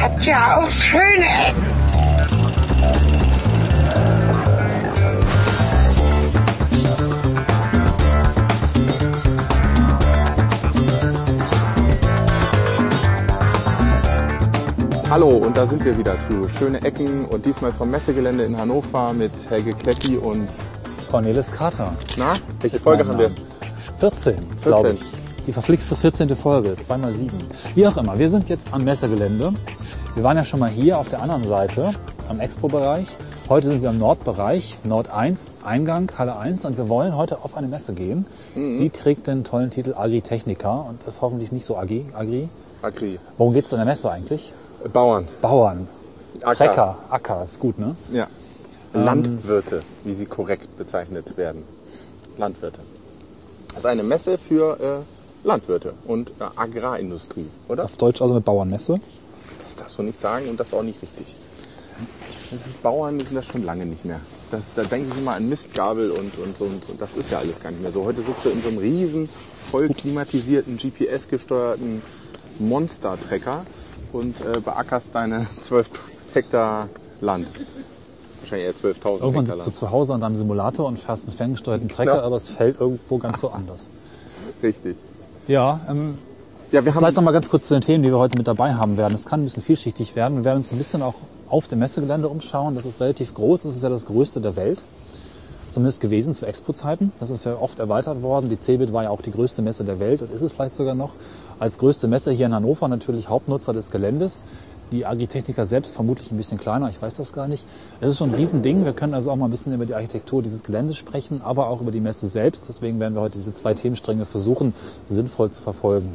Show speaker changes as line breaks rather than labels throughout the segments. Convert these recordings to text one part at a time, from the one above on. hat ja auch schöne Ecken.
Hallo und da sind wir wieder zu Schöne Ecken und diesmal vom Messegelände in Hannover mit Helge Kleppi und
Cornelis Carter.
na, welche
Ist
Folge
mein
haben wir?
Name. 14, glaube
14.
ich. Die verflixte 14. Folge, 2 mal 7. Wie auch immer, wir sind jetzt am Messegelände. Wir waren ja schon mal hier auf der anderen Seite, am Expo-Bereich. Heute sind wir im Nordbereich, Nord 1, Eingang, Halle 1. Und wir wollen heute auf eine Messe gehen.
Mhm.
Die trägt den tollen Titel Agritechnica und ist hoffentlich nicht so agri. agri.
Agri.
Worum geht's in der Messe eigentlich?
Äh, Bauern.
Bauern,
Acker.
Trecker, Acker, ist gut, ne?
Ja. Ähm. Landwirte, wie sie korrekt bezeichnet werden. Landwirte. Das ist eine Messe für äh, Landwirte und äh, Agrarindustrie, oder?
Auf Deutsch also eine Bauernmesse.
Das darfst du nicht sagen und das ist auch nicht richtig. Das sind Bauern, die sind das schon lange nicht mehr. Das, da denke ich immer an Mistgabel und, und so. Und so. das ist ja alles gar nicht mehr so. Heute sitzt du in so einem riesen, voll klimatisierten, GPS-gesteuerten Monster-Trecker und äh, beackerst deine 12 Hektar Land. Wahrscheinlich eher 12.000
Irgendwann
Hektar
sitzt du
Land.
zu Hause an deinem Simulator und fährst einen ferngesteuerten Trecker,
Ja.
aber es fällt irgendwo ganz woanders.
Richtig.
Ja, ähm,
Ja, wir haben
vielleicht noch mal ganz kurz zu den Themen, die wir heute mit dabei haben werden. Es kann ein bisschen vielschichtig werden. Wir werden uns ein bisschen auch auf dem Messegelände umschauen. Das ist relativ groß. Das ist ja das größte der Welt. Zumindest gewesen zu Expo-Zeiten. Das ist ja oft erweitert worden. Die CeBIT war ja auch die größte Messe der Welt und ist es vielleicht sogar noch. Als größte Messe hier in Hannover natürlich Hauptnutzer des Geländes. Die Agritechniker selbst vermutlich ein bisschen kleiner, ich weiß das gar nicht. Es ist schon ein Riesending. Wir können also auch mal ein bisschen über die Architektur dieses Geländes sprechen, aber auch über die Messe selbst. Deswegen werden wir heute diese zwei Themenstränge versuchen, sinnvoll zu verfolgen.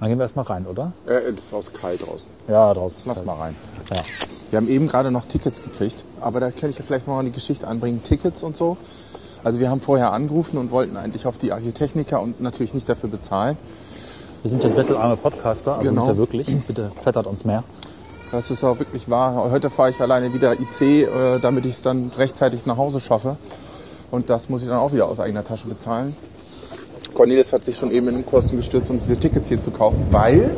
Dann gehen wir erstmal rein, oder?
äh, es ist aus kalt draußen.
Ja, draußen. ist
Lass
kalt.
mal rein.
Ja.
Wir haben eben gerade noch Tickets gekriegt, aber da könnte ich ja vielleicht noch mal eine Geschichte anbringen, Tickets und so. Also wir haben vorher angerufen und wollten eigentlich auf die Agritechniker und natürlich nicht dafür bezahlen.
Wir sind ja bettelarme Podcaster, also
Genau.
sind wir wirklich. Bitte fettert uns mehr.
Das ist auch wirklich wahr. Heute fahre ich alleine wieder IC, äh, damit ich es dann rechtzeitig nach Hause schaffe. Und das muss ich dann auch wieder aus eigener Tasche bezahlen. Cornelis hat sich schon eben in den Kosten gestürzt, um diese Tickets hier zu kaufen, weil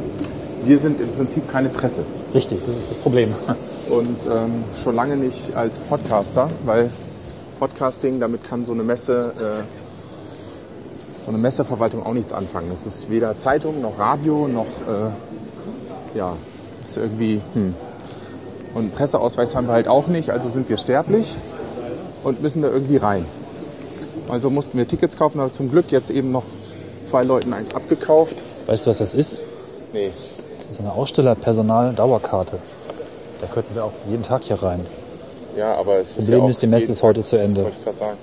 wir sind im Prinzip keine Presse.
Richtig, das ist das Problem.
und ähm, schon lange nicht als Podcaster, weil Podcasting, damit kann so eine Messe, äh, so eine Messeverwaltung auch nichts anfangen. Es ist weder Zeitung noch Radio noch, äh, ja, ist irgendwie, hm. Und einen Presseausweis haben wir halt auch nicht, also sind wir sterblich und müssen da irgendwie rein. Also mussten wir Tickets kaufen, aber zum Glück jetzt eben noch zwei Leuten eins abgekauft.
Weißt du, was das ist?
Nee.
Das ist eine Ausstellerpersonal-Dauerkarte. Da könnten wir auch jeden Tag hier rein.
Ja, aber es ist
Problem ist, die Messe ist heute zu Ende.
Wollte ich gerade sagen.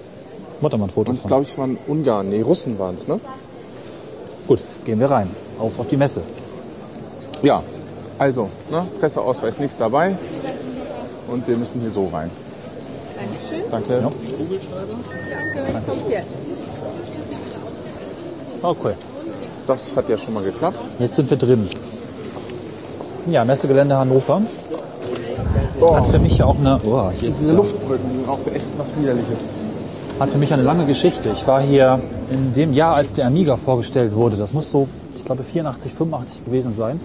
Mach doch mal ein Foto
Und es,
von.
glaube ich, waren Ungarn, nee, Russen waren es, ne?
Gut, gehen wir rein. Auf auf die Messe.
Ja, also, ne, Presseausweis nichts dabei. Und wir müssen hier so rein. Dankeschön. Danke.
Kommt hier.
Okay,
Das hat ja schon mal geklappt.
jetzt sind wir drin. Ja, Messegelände Hannover. Hat für mich ja auch eine, oh, hier ist es
Diese
ja,
Luftbrücken sind auch echt was Widerliches.
hat für mich eine lange Geschichte. Ich war hier in dem Jahr, als der Amiga vorgestellt wurde. Das muss so, ich glaube, 84, 85 gewesen sein.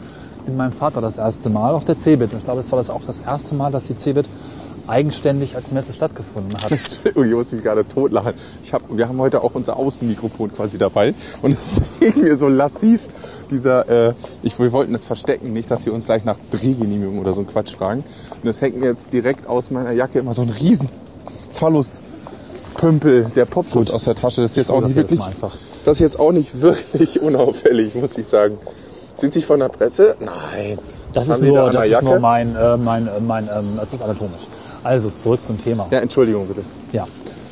Mit meinem Vater das erste Mal auf der CeBIT. Und ich glaube, es war das auch das erste Mal, dass die CeBIT eigenständig als Messe stattgefunden hat.
Entschuldigung, ich muss mich gerade totlachen. Ich hab, wir haben heute auch unser Außenmikrofon quasi dabei. Und es sehen wir so lassiv dieser, äh, ich, wir wollten es verstecken, nicht, dass sie uns gleich nach Drehgenehmigung oder so einen Quatsch fragen. Und es hängt mir jetzt direkt aus meiner Jacke immer so ein riesen Phallus-Pümpel, der poppt uns aus der Tasche. Das ist jetzt auch nicht
fotografiere
wirklich,
das mal einfach.
das ist jetzt auch nicht wirklich unauffällig, muss ich sagen. Sind sie von der Presse? Nein.
Das
Haben
ist
die da
nur,
an
das
der
ist nur
Jacke?
mein, äh, mein, äh, mein ähm, das ist anatomisch. Also zurück zum Thema.
Ja, Entschuldigung bitte.
Ja.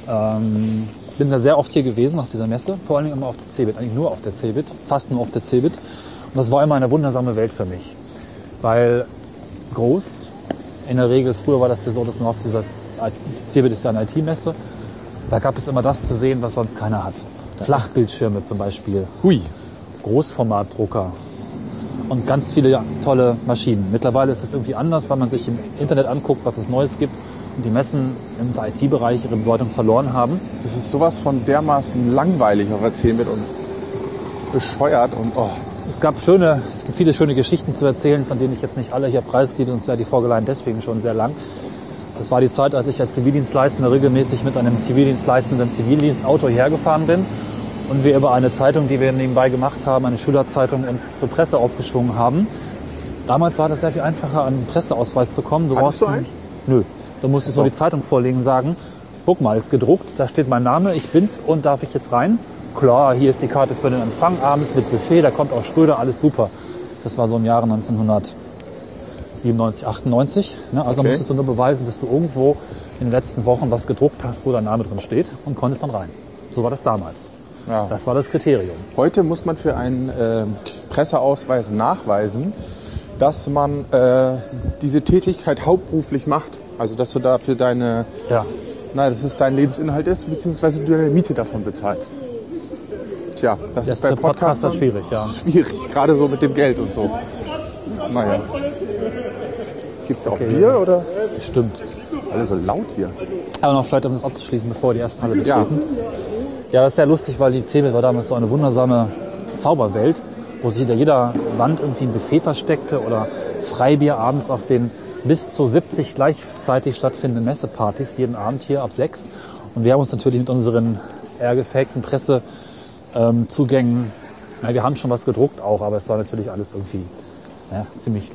Ähm, bin da sehr oft hier gewesen auf dieser Messe, vor allen Dingen immer auf der CeBIT, eigentlich nur auf der CeBIT, fast nur auf der CeBIT. Und das war immer eine wundersame Welt für mich, weil groß, in der Regel, früher war das ja so, dass man auf dieser CeBIT ist ja eine IT-Messe, da gab es immer das zu sehen, was sonst keiner hat. Flachbildschirme zum Beispiel,
Hui.
Großformatdrucker und ganz viele tolle Maschinen. Mittlerweile ist es irgendwie anders, weil man sich im Internet anguckt, was es Neues gibt und die Messen im IT-Bereich ihre Bedeutung verloren haben.
Es ist sowas von dermaßen langweilig auf der 10 mit und bescheuert und oh,
Es gab schöne, es gibt viele schöne Geschichten zu erzählen, von denen ich jetzt nicht alle hier preisgebe, sonst wäre die Vorgeleien deswegen schon sehr lang. Das war die Zeit, als ich als Zivildienstleistender regelmäßig mit einem zivildienstleistenden Zivildienstauto hergefahren bin und wir über eine Zeitung, die wir nebenbei gemacht haben, eine Schülerzeitung, uns zur Presse aufgeschwungen haben. Damals war das sehr viel einfacher, an einen Presseausweis zu kommen. Du
Hattest
brauchst-
du einen?
Nö. Du musstest nur die Zeitung vorlegen und sagen, guck mal, ist gedruckt, da steht mein Name, ich bin's und darf ich jetzt rein? Klar, hier ist die Karte für den Empfang abends mit Buffet, da kommt auch Schröder, alles super. Das war so im Jahre 1997, 98. Ne? Also
Okay.
musstest du nur beweisen, dass du irgendwo in den letzten Wochen was gedruckt hast, wo dein Name drin steht und konntest dann rein. So war das damals.
Ja.
Das war das Kriterium.
Heute muss man für einen äh, Presseausweis nachweisen, dass man äh, diese Tätigkeit hauptberuflich macht. Also dass du dafür deine,
Ja.
na, dass es dein Lebensinhalt ist, beziehungsweise du deine Miete davon bezahlst. Tja, das,
Das
ist bei
ist für Podcaster
Podcastern
schwierig, ja.
Schwierig, gerade so mit dem Geld und so. Naja. Gibt's ja auch Bier oder?
Stimmt.
Alle so laut hier.
Aber noch vielleicht, um das abzuschließen, bevor wir die erste Halle
Ja.
betreten. Ja, das ist sehr lustig, weil die Zebel war damals so eine wundersame Zauberwelt, wo sich hinter jeder Wand irgendwie ein Buffet versteckte oder Freibier abends auf den bis zu 70 gleichzeitig stattfindenden Messepartys, jeden Abend hier ab 6. Und wir haben uns natürlich mit unseren eher gefakten Pressezugängen, na, Ähm, wir haben schon was gedruckt auch, aber es war natürlich alles irgendwie ja, ziemlich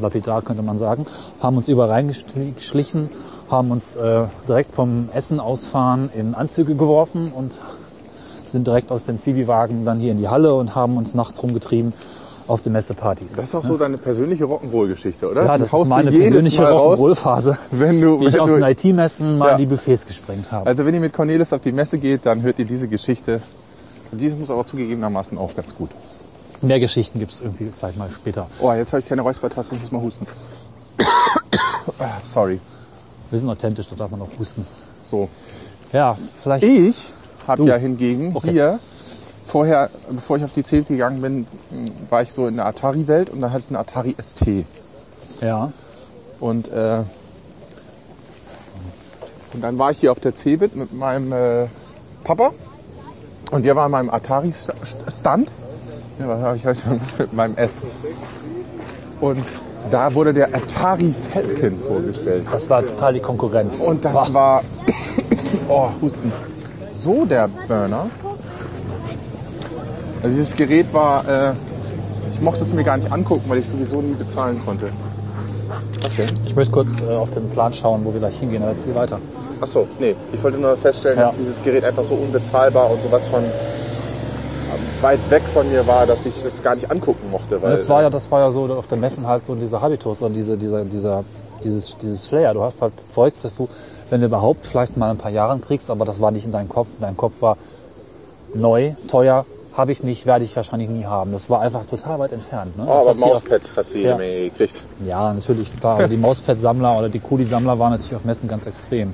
lapidar, könnte man sagen, haben uns überall reingeschlichen, haben uns äh, direkt vom Essen ausfahren in Anzüge geworfen und sind direkt aus dem Zivi-Wagen dann hier in die Halle und haben uns nachts rumgetrieben auf den Messepartys.
Das ist auch so deine persönliche Rock'n'Roll-Geschichte, oder?
ja,
Die
das ist
haust du
meine
jedes
persönliche
Mal raus,
Rock'n'Roll-Phase,
Wenn du,
wie ich
wenn
auf
du
den IT-Messen mal
Ja.
die Buffets gesprengt habe.
Also wenn ihr mit Cornelis auf die Messe geht, dann hört ihr diese Geschichte. Die muss aber zugegebenermaßen auch ganz gut. Äh.
Mehr Geschichten gibt's irgendwie vielleicht mal später.
Oh, jetzt habe ich keine Räuspertaste, ich muss mal husten. Ah, Sorry.
Wir sind authentisch, da darf man auch husten.
So.
Ja, vielleicht
Ich habe
Du.
ja hingegen
Okay.
hier vorher, bevor ich auf die CeBIT gegangen bin, war ich so in der Atari-Welt und dann hatte ich eine Atari ST.
ja,
Und, äh, und dann war ich hier auf der CeBIT mit meinem äh, Papa. Und der war an meinem Atari-Stand. Ja, was habe ich heute mit meinem S? Und da wurde der Atari Falcon vorgestellt.
das war total die Konkurrenz.
Und das
Boah.
war. Oh, Husten. So der Burner. Also dieses Gerät war. Äh, ich mochte es mir gar nicht angucken, weil ich sowieso nie bezahlen konnte. Was denn?
Ich möchte kurz äh, auf den Plan schauen, wo wir gleich hingehen, aber jetzt geh weiter.
Achso, nee. Ich wollte nur feststellen,
Ja.
dass dieses Gerät einfach so unbezahlbar und sowas von ähm, weit weg von mir war, dass ich es gar nicht angucken mochte. Weil Ah,
Das war ja, das war ja so auf der Messen halt so dieser Habitus und diese, dieser, dieser, dieses, dieses Flair. Du hast halt Zeugs, dass du, wenn du überhaupt, vielleicht mal in ein paar Jahren kriegst, aber das war nicht in deinem Kopf. In deinem Kopf war neu, teuer, habe ich nicht, werde ich wahrscheinlich nie haben. Das war einfach total weit entfernt. Ne?
oh, aber
das, was die
Mauspads hast du jede
Ja.
Menge gekriegt.
auf, ja, natürlich, klar. Aber die Mauspad-Sammler oder die Kuli-Sammler waren natürlich auf Messen ganz extrem.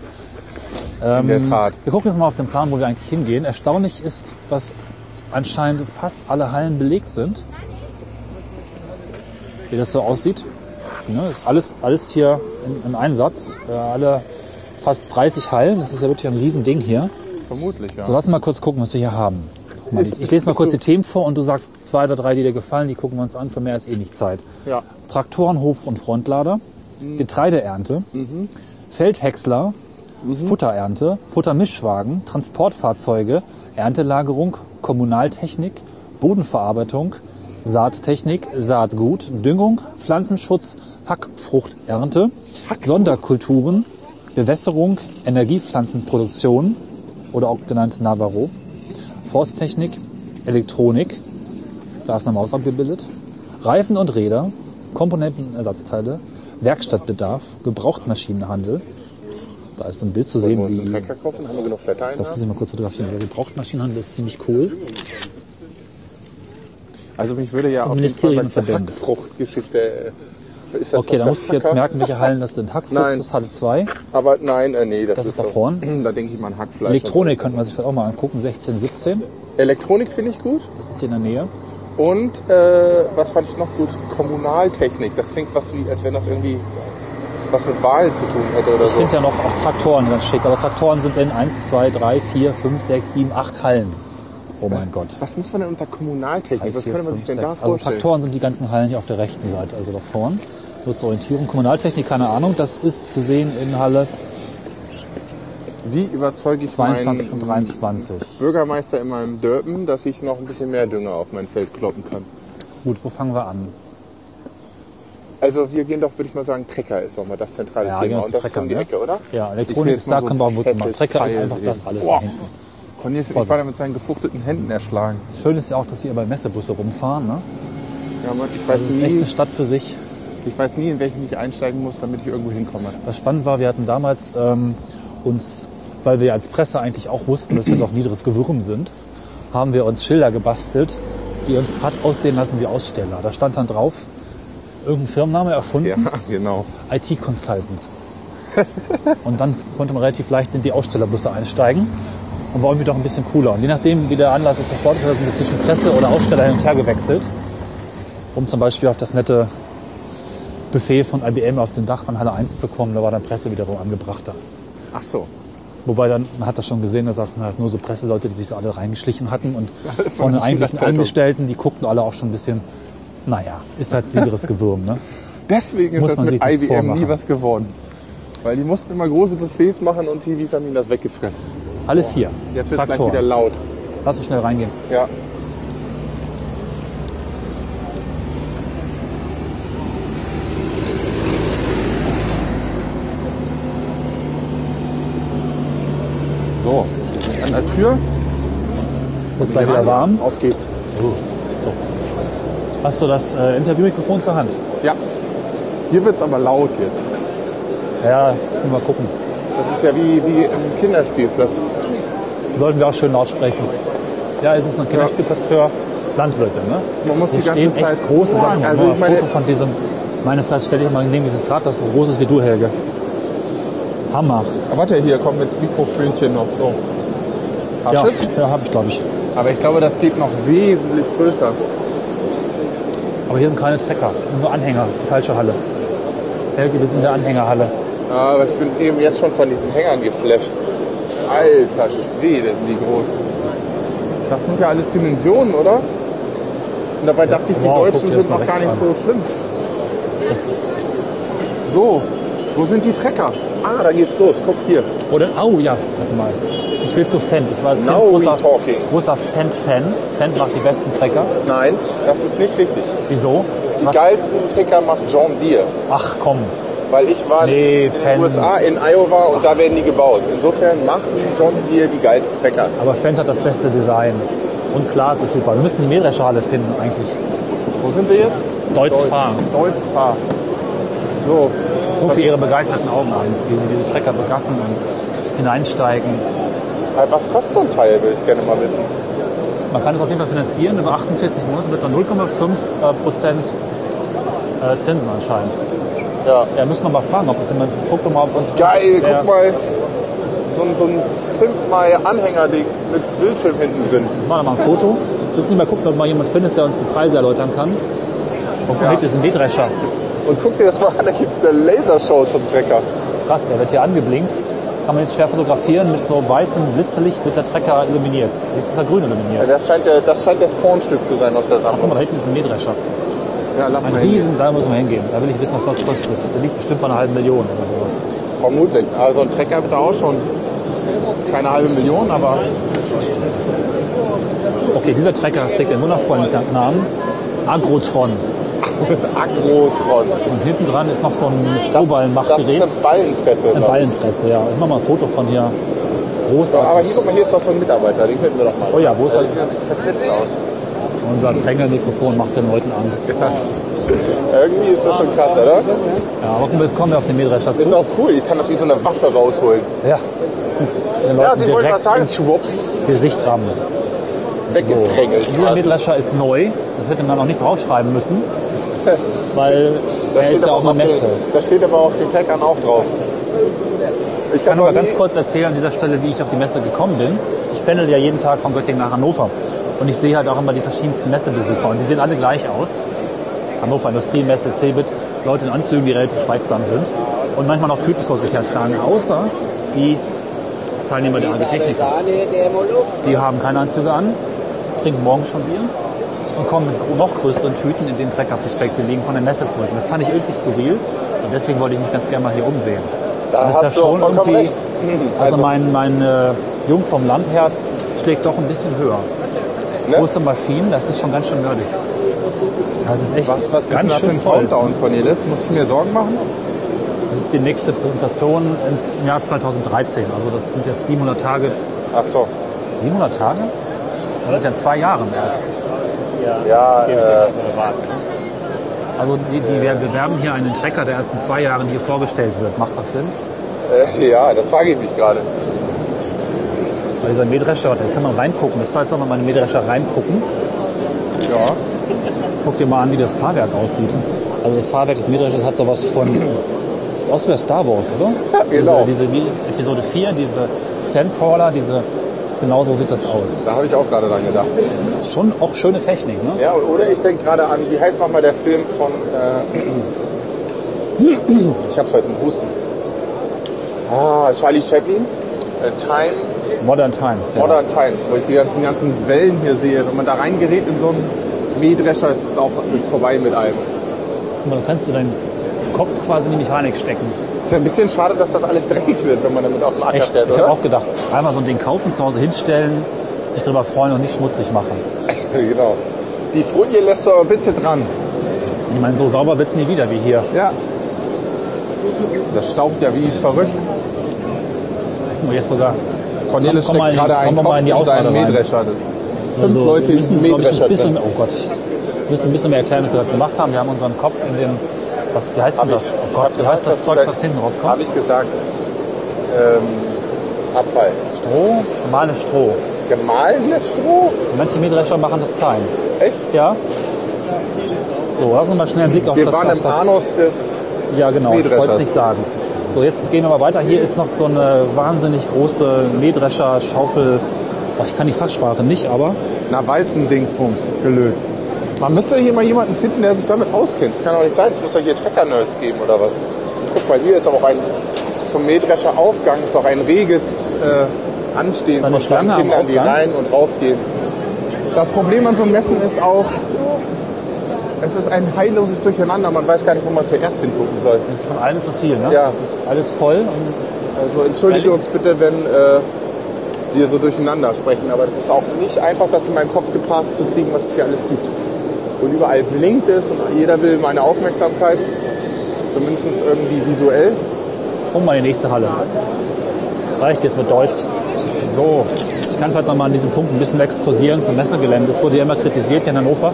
Ähm,
In der Tat.
Wir gucken jetzt mal auf den Plan, wo wir eigentlich hingehen. Erstaunlich ist, dass anscheinend fast alle Hallen belegt sind. Wie das so aussieht. Ne, ist alles, alles hier im, im Einsatz. Äh, alle fast 30 Hallen. Das ist ja wirklich ein Riesending hier.
Vermutlich, ja.
So, lass mal kurz gucken, was wir hier haben. Guck mal,
Ist-
ich, ich lese mal
ist
kurz
so-
die Themen vor und du sagst zwei oder drei, die dir gefallen, die gucken wir uns an, für mehr ist eh nicht Zeit.
Ja.
Traktoren, Hof- und Frontlader, Getreideernte, Feldhäcksler, Futterernte, Futtermischwagen, Transportfahrzeuge, Erntelagerung, Kommunaltechnik, Bodenverarbeitung, Saattechnik, Saatgut, Düngung, Pflanzenschutz, Hackfruchternte, Sonderkulturen, Bewässerung, Energiepflanzenproduktion oder auch genannt Navarro, Forsttechnik, Elektronik, da ist eine Maus abgebildet. Reifen und Räder, Komponenten und Ersatzteile, Werkstattbedarf, Gebrauchtmaschinenhandel. Da ist so ein Bild zu
Wollen wir
sehen,
uns einen
wie.
Trecker kaufen? Haben wir genug Flatter
Das muss ich mal kurz fotografieren. Der Gebrauchtmaschinenhandel ist ziemlich cool.
Also mich würde ja auf jeden Fall
Ministerien
bei dieser
verbinden.
Hackfruchtgeschichte. äh, Ist das
Okay,
was
da
für
musst du jetzt
Hacker?
merken, welche Hallen das sind. Hackfrucht,
Nein.
das ist Halle 2.
Aber nein, äh, nee, das,
Das
ist
ist
so.
doch Horn.
Da denke ich mal an Hackfleisch.
Elektronik könnte man sich vielleicht auch mal angucken. 16, 17.
und so. Elektronik finde ich gut.
Das ist hier in der Nähe.
Und äh, was fand ich noch gut? Kommunaltechnik. Das klingt was wie, als wenn das irgendwie was mit Wahlen zu tun hätte oder
Ich
so.
finde ja noch auch Traktoren ganz schick. Aber Traktoren sind in 1, 2, 3, 4, 5, 6, 7, 8 Hallen. Oh mein Gott.
Was muss man denn unter Kommunaltechnik?
Drei,
Was
vier,
könnte man
fünf,
sich denn da
sechs. Also
vorstellen?
Traktoren sind die ganzen Hallen hier auf der rechten Seite, also da vorne. Nur zur Orientierung. Kommunaltechnik, keine Ahnung, das ist zu sehen in Halle
Wie überzeuge ich
22 und
meinen
23.
Bürgermeister in meinem Dörpen, dass ich noch ein bisschen mehr Dünger auf mein Feld kloppen kann?
Gut, wo fangen wir an?
Also wir gehen doch, würde ich mal sagen, Trecker ist doch mal das zentrale
Ja, gehen
Thema.
wir
Und
zu
das ist
Trecker,
um die
ne?
Ecke, oder?
Ja,
Ich will
Elektronik
jetzt
ist da,
mal so
können wir
ein
auch gut machen.
fettes
Trecker ist
Teil
einfach das
sehen.
alles
Boah.
da hinten.
Cornelius wird mich
Vorsicht.
weiter mit seinen gefuchteten Händen erschlagen.
Schön ist ja auch, dass hier immer Messebusse rumfahren. Ne?
Ja, Mann, ich
Das
weiß,
ist echt
nie,
eine Stadt für sich.
ich weiß nie, in welchen ich einsteigen muss, damit ich irgendwo hinkomme.
Was spannend war, wir hatten damals ähm, uns, weil wir als Presse eigentlich auch wussten, dass wir doch niederes Gewürm sind, haben wir uns Schilder gebastelt, die uns hat aussehen lassen wie Aussteller. Da stand dann drauf, irgendein Firmenname erfunden,
Ja, genau.
IT-Consultant. und dann konnte man relativ leicht in die Ausstellerbusse einsteigen und war irgendwie doch ein bisschen cooler. Und je nachdem, wie der Anlass es erfordert hat, sind wir zwischen Presse oder Aussteller hin und her gewechselt, um zum Beispiel auf das nette Buffet von IBM auf dem Dach von Halle 1 zu kommen. Da war dann Presse wiederum angebrachter.
Ach so.
Wobei dann, man hat das schon gesehen, da saßen halt nur so Presseleute, die sich da alle reingeschlichen hatten und von den
jeder
eigentlichen
Zeitung.
Angestellten, die guckten alle auch schon ein bisschen, naja, ist halt niederes Gewürm, ne?
Deswegen ist
Muss
das
man
mit
sich nichts
IBM nie
vormachen.
was geworden. Weil die mussten immer große Buffets machen und TVs haben ihnen das weggefressen.
Alle vier.
Jetzt wird es gleich
Traktoren.
wieder laut.
Lass uns schnell reingehen.
Ja. So, wir sind an der Tür.
Ist gleich wieder warm.
Auf geht's.
So. Hast du das äh, Interviewmikrofon zur Hand?
Ja. Hier wird's aber laut jetzt.
Ja, müssen wir mal gucken.
Das ist ja wie, wie im Kinderspielplatz.
Sollten wir auch schön laut sprechen. Ja, es ist ein Kinderspielplatz für Landwirte, ne?
Man muss
Hier
die ganze
stehen
Zeit-
echt große
Boah,
Sachen.
also
Also
ich
ich
meine-
Foto von diesem, meine Fresse, stell dich mal neben dieses Rad, das so groß ist wie du, Helge. Hammer.
Aber warte, hier kommt mit Mikrofönchen noch so. Hast
ja,
du's?
ja habe ich, glaube ich.
Aber ich glaube, das geht noch wesentlich größer.
Aber hier sind keine Trecker, das sind nur Anhänger. Das ist die falsche Halle. Helge, wir sind in der Anhängerhalle.
Ja, Aber ich bin eben jetzt schon von diesen Hängern geflasht. Alter Schwede, sind die groß. Das sind ja alles Dimensionen, oder? Und dabei dachte ich, die
wow, guck
Deutschen
dir das
sind
mal
noch gar nicht
rechts
so schlimm.
Das ist,
So, wo sind die Trecker? Ah, da geht's los. Guck hier.
Oder, au, ja, warte mal. Ich will zu Fendt. Ich war als Kind
Now we
großer,
talking.
großer Fendt-Fan. Fendt macht die besten Trecker.
Nein, das ist nicht richtig.
Wieso?
Die
Was?
geilsten Trecker macht John Deere.
Ach komm,
Weil ich war
Nee,
in den
Fan.
USA, in Iowa und da werden die gebaut. Insofern machen John Deere die geilsten Trecker.
aber Fendt hat das beste Design. Und Klaas ist super. Wir müssen die Mähdrescherhalle finden eigentlich.
Wo sind wir jetzt?
Deutz fahren.
Deutz fahren. So,
Guck dir ihre begeisterten Augen an, wie sie diese Trecker begaffen und hineinsteigen.
äh, was kostet so ein Teil, würde ich gerne mal wissen.
Man kann es auf jeden Fall finanzieren. Über 48 Monate wird man 0,5 äh, Prozent äh, Zinsen anscheinend.
Ja.
Ja, müssen wir mal fragen, ob uns jemand... Guck doch mal, ob uns...
Geil,
Ja.
guck mal. So, ein- so ein Pimp My Anhänger-Ding mit Bildschirm hinten drin.
Ich mache mal ein Foto. Müssen wir mal gucken, ob mal jemand findest, der uns die Preise erläutern kann. Und guck mal,
Ja.
hinten ist ein Mähdrescher.
Und guck dir das mal an, da gibt es eine Lasershow zum Trecker.
Krass, der wird hier angeblinkt. Kann man jetzt schwer fotografieren. Mit so weißem Blitzelicht wird der Trecker illuminiert. Jetzt ist er grün
Ja,
illuminiert.
das, scheint der, das scheint das Pornstück zu sein aus der
Guck
Sammlung.
mal, da hinten ist ein Mähdrescher.
Ja, lass
Ein
mal hin.
Riesen, da müssen wir hingehen. Da will ich wissen, was das kostet. Der liegt bestimmt bei einer halben Million oder sowas.
Vermutlich. Also ein Trecker wird da auch schon keine halbe Million, aber
Okay, dieser Trecker trägt den wundervollen Namen Agrotron.
Agrotron.
Und hinten dran ist noch so
Das,
ein
ist- das ist
Strohballenmachgerät.
eine Ballenpresse. ne?
Eine
glaub ich.
Ballenpresse, ja. Ich mach mal ein Foto von hier.
So, aber
Großartig.
hier, guck mal, hier ist doch so ein Mitarbeiter, den könnten wir doch mal.
Oh ja, wo ist er?
Der sieht ein bisschen verkniffen aus.
Unser Prängelmikrofon macht den Leuten Angst.
Irgendwie ist das schon krass, oder?
Ja, aber guck mal, jetzt kommen wir auf den Mähdrescher
Ist
zu.
auch cool, ich kann das wie so eine Waffe rausholen.
Ja. Den Leuten
Ja, Sie wollten
direkt
was sagen?
ins
Schwupp,
Gesicht rammen.
weggeprängelt.
Dieser
quasi.
Mähdrescher Äh, ist neu. Das hätte man auch nicht draufschreiben müssen. Weil
Da
er
steht
ist ja
aber
auch eine
auf
Messe.
Den, da steht aber auf den Packern auch drauf. Ich
Ich kann
hab
aber
noch
ganz
nie-
kurz erzählen an dieser Stelle, wie ich auf die Messe gekommen bin. Ich pendel ja jeden Tag von Göttingen nach Hannover. Und ich sehe halt auch immer die verschiedensten Messebesucher. Und die sehen alle gleich aus. Hannover Industriemesse, Cebit. Leute in Anzügen, die relativ schweigsam sind. Und manchmal noch Tüten vor sich her tragen. Außer die Teilnehmer der AG Techniker. Die haben keine Anzüge an. trinken morgen schon Bier und kommen mit gro- noch größeren Tüten, in denen Treckerprospekte liegen, von der Messe zurück. Und das fand ich irgendwie skurril und deswegen wollte ich mich ganz gerne mal hier umsehen.
Da
Und das
hast
ist
du
ja schon
vollkommen
irgendwie,
recht.
also,
Also-
mein, mein äh, Jung vom Landherz schlägt doch ein bisschen höher.
Ne?
Große Maschinen, das ist schon ganz schön nerdig. Das ist echt
Was, was ist denn
ganz
da für
schön
ein
voll.
Countdown, Cornelis? Muss ich mir Sorgen machen?
Das ist die nächste Präsentation im Jahr 2013. Also das sind jetzt 700 Tage.
Ach so.
700 Tage? Das ist ja in zwei Jahren erst.
Ja, äh,
Also die, die wir bewerben hier einen Trecker, der erst in zwei Jahren hier vorgestellt wird. Macht das Sinn?
äh, ja, das frage ich mich gerade.
Bei dieser Mähdrescher, da kann man reingucken. Das war jetzt auch noch mal eine Mähdrescher reingucken.
Ja.
Guck dir mal an, wie das Fahrwerk aussieht. Also das Fahrwerk des Mähdreschers hat sowas von... Sieht aus wie bei Star Wars, oder?
Ja, genau.
Diese, diese wie Episode 4, diese Sandcrawler, diese... Genau so sieht das aus.
Da habe ich auch gerade dran gedacht.
Schon auch schöne Technik, ne?
Ja, oder ich denke gerade an, wie heißt nochmal der Film von. Äh, ich hab's heute einen Husten. Ah, Charlie Chaplin. äh, Time,
Modern Times. Ja.
Modern Times, wo ich die ganzen, ganzen Wellen hier sehe. Wenn man da reingerät in so einen Mähdrescher, ist es auch mit vorbei mit allem.
Und dann kannst du deinen Kopf quasi in die Mechanik stecken.
Ist ja ein bisschen schade, dass das alles dreckig wird, wenn man damit auf den Acker
Echt,
stellt,
ich habe
oder?
auch gedacht, einmal so ein Ding kaufen, zu Hause hinstellen, sich drüber freuen und nicht schmutzig machen.
genau. Die Folie lässt du aber bitte dran.
Ich meine, so sauber wird's nie wieder wie hier.
Ja. Das staubt ja wie verrückt.
Guck mal, Jetzt sogar.
Cornelis
Also Komm- komm mal
steckt
in-
gerade
komm
einen
mal
Kopf
in die
in seinen
Ausnahme rein.
Mähdrescher. Fünf
Also,
Leute
wir
in diesem
müssen, glaub ich,
Mähdrescher
ein bisschen,
drin.
oh Gott, ich, wir müssen ein bisschen mehr erklären, was wir gerade gemacht haben. Wir haben unseren Kopf in den, was, wie heißt denn das? Oh Gott, wie heißt das Zeug, was hinten
Habe
rauskommt?
ich gesagt. Ähm, Abfall.
Stroh? Normales Stroh.
Gemahlenes Stroh?
Und manche Mähdrescher machen das klein.
Echt?
Ja? So, lassen wir mal schnell einen Blick auf
Wir
das
waren
auf
im
das,
Anus des.
Ja, genau. Ich wollte
Mähdreschers.
es nicht sagen. So, jetzt gehen wir mal weiter. Hier ist noch so eine wahnsinnig große Mähdrescher-Schaufel. Oh, ich kann die Fachsprache nicht, aber
Na, Walzendingsbums gelöt. Man müsste hier mal jemanden finden, der sich damit auskennt. Das kann doch nicht sein. Es muss doch hier Trecker-Nerds geben oder was. Guck mal, hier ist aber auch ein. Zum Mähdrescher Aufgang ist auch ein reges äh, Anstehen
da eine
von kleinen
Schlange am
Kindern, die
Aufgang?
rein und raufgehen. Das Problem an so Messen ist auch, es ist ein heilloses Durcheinander. Man weiß gar nicht, wo man zuerst hingucken soll.
es ist von allem zu viel. Ne?
Ja.
Es ist alles voll. Und
Also entschuldige uns bitte, wenn äh, wir so durcheinander sprechen, aber das ist auch nicht einfach, das in meinen Kopf gepasst zu kriegen, was es hier alles gibt. Und überall blinkt es und jeder will meine Aufmerksamkeit, zumindest irgendwie visuell.
guck mal in die Um nächste Halle. Reicht jetzt mit Deutsch.
So,
Ich kann vielleicht nochmal an diesem Punkt ein bisschen exkursieren zum Messegelände. Es wurde ja immer kritisiert hier in Hannover,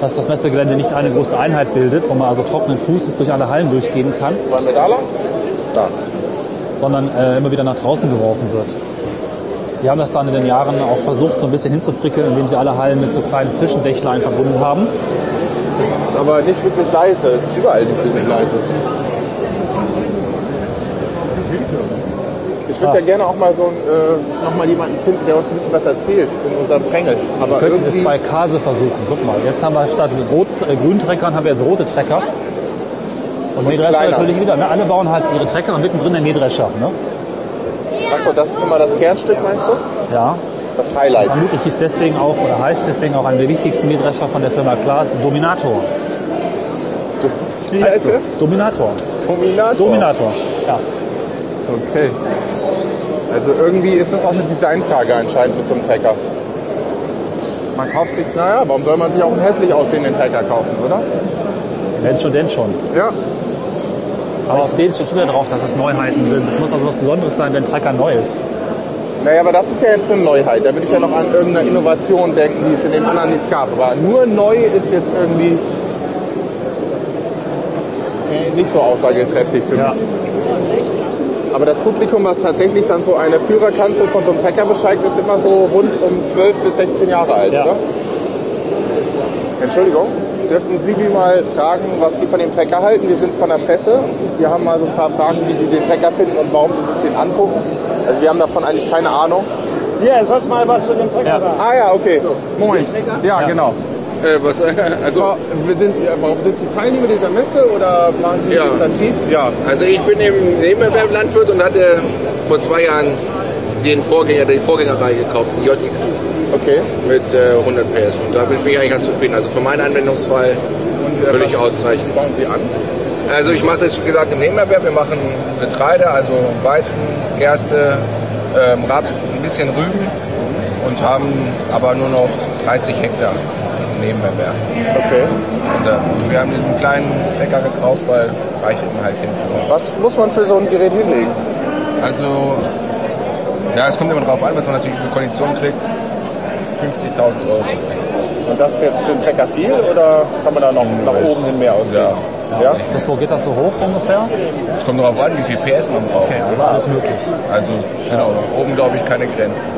dass das Messegelände nicht eine große Einheit bildet, wo man also trockenen Fußes durch alle Hallen durchgehen kann.
wollen wir da lang? Da.
sondern äh, immer wieder nach draußen geworfen wird. Sie haben das dann in den Jahren auch versucht, so ein bisschen hinzufrickeln, indem sie alle Hallen mit so kleinen Zwischendächlein verbunden haben.
Das ist aber nicht wirklich leise, es ist überall nicht wirklich leise. Ich würde
Ah.
ja gerne auch mal so einen, äh, noch mal jemanden finden, der uns ein bisschen was erzählt in unserem Prängel.
Wir
Aber
könnten es
irgendwie
bei Kase versuchen. Guck mal, jetzt haben wir statt rot, äh, grünen Treckern haben wir jetzt rote Trecker. Und Mähdrescher
kleiner.
natürlich wieder. Ne? Alle bauen halt ihre Trecker und mittendrin der Mähdrescher. Ne?
Achso, das ist immer das Kernstück, meinst du?
Ja,
Das Highlight.
vermutlich hieß deswegen auch oder heißt deswegen auch einer der wichtigsten Mähdrescher von der Firma Klaas Dominator.
Wie
Heißt
heißt
so?
er?
Dominator.
Dominator.
Dominator. Ja.
Okay. Also irgendwie ist das auch eine Designfrage anscheinend mit so einem Trecker. Man kauft sich, naja, warum soll man sich auch einen hässlich aussehenden Trecker kaufen, oder?
Wenn schon, denn schon.
Ja.
Aber auf dem steht schon wieder drauf, dass das Neuheiten sind. Es muss also was Besonderes sein, wenn ein Trecker neu ist.
Naja, aber das ist ja jetzt eine Neuheit. Da würde ich ja noch an irgendeine Innovation denken, die es in dem anderen nicht gab. Aber nur neu ist jetzt irgendwie äh, nicht so aussagekräftig für mich. Aber das Publikum, was tatsächlich dann so eine Führerkanzel von so einem Trecker bescheid, ist immer so rund um 12 bis 16 Jahre alt,
Ja.
oder? Entschuldigung, dürfen Sie mir mal fragen, was Sie von dem Trecker halten? Wir sind von der Presse. Wir haben mal so ein paar Fragen, wie Sie den Trecker finden und warum Sie sich den angucken. Also wir haben davon eigentlich keine Ahnung.
Ja, sonst mal was zu dem Trecker
Ja.
sagen.
Ah ja, okay. Moin. Ja, genau.
Äh, was, also,
Frau, sind Sie, warum sind Sie Teilnehmer dieser Messe oder planen Sie
Ja.
den Vertrieb?
ja, also ich bin im Nebenerwerb Landwirt und hatte vor zwei Jahren den Vorgänger, die Vorgängerreihe gekauft, den JX.
Okay.
mit äh, 100 PS. Und da bin ich eigentlich ganz zufrieden. Also für meinen Anwendungsfall völlig ausreichend.
Bauen Sie an.
Also ich mache das, wie gesagt, im Nebenerwerb. Wir machen Getreide, also Weizen, Gerste, ähm, Raps, ein bisschen Rüben und haben aber nur noch 30 Hektar. Das ist ein Nebenerwerb.
Okay.
Und äh, wir haben den kleinen Bäcker gekauft, weil reicht eben halt hin.
Was muss man für so ein Gerät hinlegen?
Also, ja, es kommt immer drauf an, was man natürlich für Kondition kriegt. 50.000 Euro.
Und das ist jetzt für den Trecker viel oder kann man da noch nach oben hin mehr ausgeben? Ja.
Bis wo geht das so hoch ungefähr?
Es kommt darauf an, wie viel PS man braucht.
Okay, also alles möglich.
Also, genau, nach oben glaube ich keine Grenzen.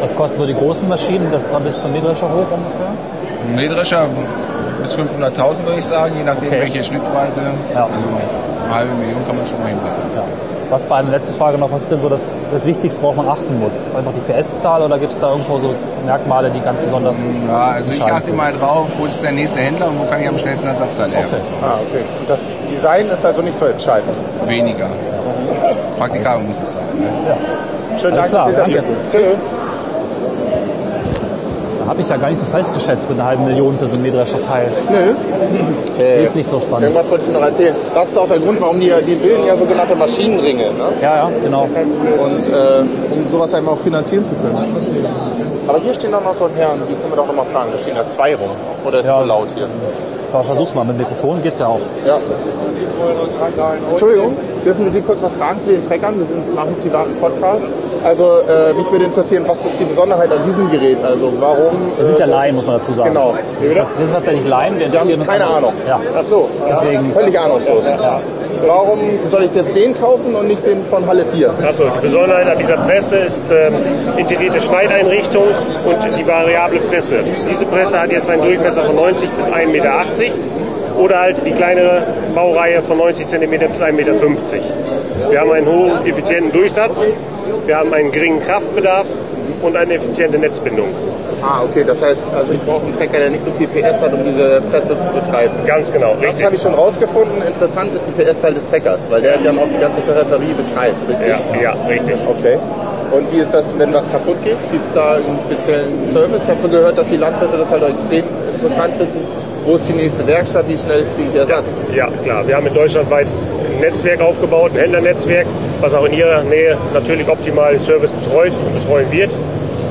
Was kosten so die großen Maschinen? Das ist dann bis zum Mähdrescher hoch ungefähr?
Ein Mähdrescher bis 500.000 würde ich sagen, je nachdem
Okay.
welche Schnittweise.
Ja.
Also eine halbe Million kann man schon mal hinbringen.
Ja. Was war eine letzte Frage noch? Was ist denn so das, das Wichtigste, worauf man achten muss? Ist das einfach die PS-Zahl oder gibt es da irgendwo so Merkmale, die ganz besonders.
Ja, also ich
entscheidend
achte
sind?
immer drauf, wo ist der nächste Händler und wo kann ich am schnellsten Ersatzteil her.
Okay.
Ah, okay. Und das Design ist also nicht so entscheidend.
Weniger. Praktikabel muss es sein.
Schönen Dank
Alles klar,
fürs Interview.
danke.
Tschüss.
Da habe ich ja gar nicht so falsch geschätzt mit einer halben Million für so einen Mähdrescher Teil. Die
Äh,
ist nicht so spannend.
Irgendwas wollte ich noch erzählen. Das ist auch der Grund, warum die, die bilden ja sogenannte Maschinenringe. Ne?
Ja, ja, genau.
Und äh, um sowas eben auch finanzieren zu können. Aber hier stehen doch noch so ein Herrn, die können wir doch immer fragen. Da stehen da zwei rum. Oder ist
Ja.
so laut hier?
Aber Versuch's mal, mit Mikrofon geht's ja auch.
Ja. Entschuldigung, dürfen wir Sie kurz was fragen zu den Treckern? Wir sind machen einen privaten Podcast. Also äh, mich würde interessieren, was ist die Besonderheit an diesem Gerät? Also warum...
Wir sind
äh,
ja Laien, muss man dazu sagen.
Genau. Wie bitte?
Wir sind tatsächlich Laien, wir
Wir haben
interessieren uns
keine
einfach-
Ahnung.
Ja.
Ach so.
Deswegen-
Völlig ahnungslos. Warum soll ich jetzt den kaufen und nicht den von Halle 4?
Achso, die Besonderheit an dieser Presse ist ähm, integrierte Schneideinrichtung und die variable Presse. Diese Presse hat jetzt einen Durchmesser von 90 bis 1,80 Meter oder halt die kleinere Baureihe von 90 cm bis 1,50 Meter. Wir haben einen hohen effizienten Durchsatz, wir haben einen geringen Kraftbedarf und eine effiziente Netzbindung.
Ah, okay. Das heißt, also ich brauche einen Trecker, der nicht so viel PS hat, um diese Presse zu betreiben.
Ganz genau,
Das
richtig.
habe ich schon rausgefunden. Interessant ist die PS-Zahl des Treckers, weil der dann auch die ganze Peripherie betreibt, richtig?
Ja, ja, richtig.
Okay. Und wie ist das, wenn was kaputt geht? Gibt es da einen speziellen Service? Ich habe so gehört, dass die Landwirte das halt auch extrem interessant wissen. Wo ist die nächste Werkstatt? Wie schnell kriege ich Ersatz?
Ja, klar. Wir haben in Deutschland weit ein Netzwerk aufgebaut, ein Händlernetzwerk, was auch in Ihrer Nähe natürlich optimal den Service betreut und betreuen wird.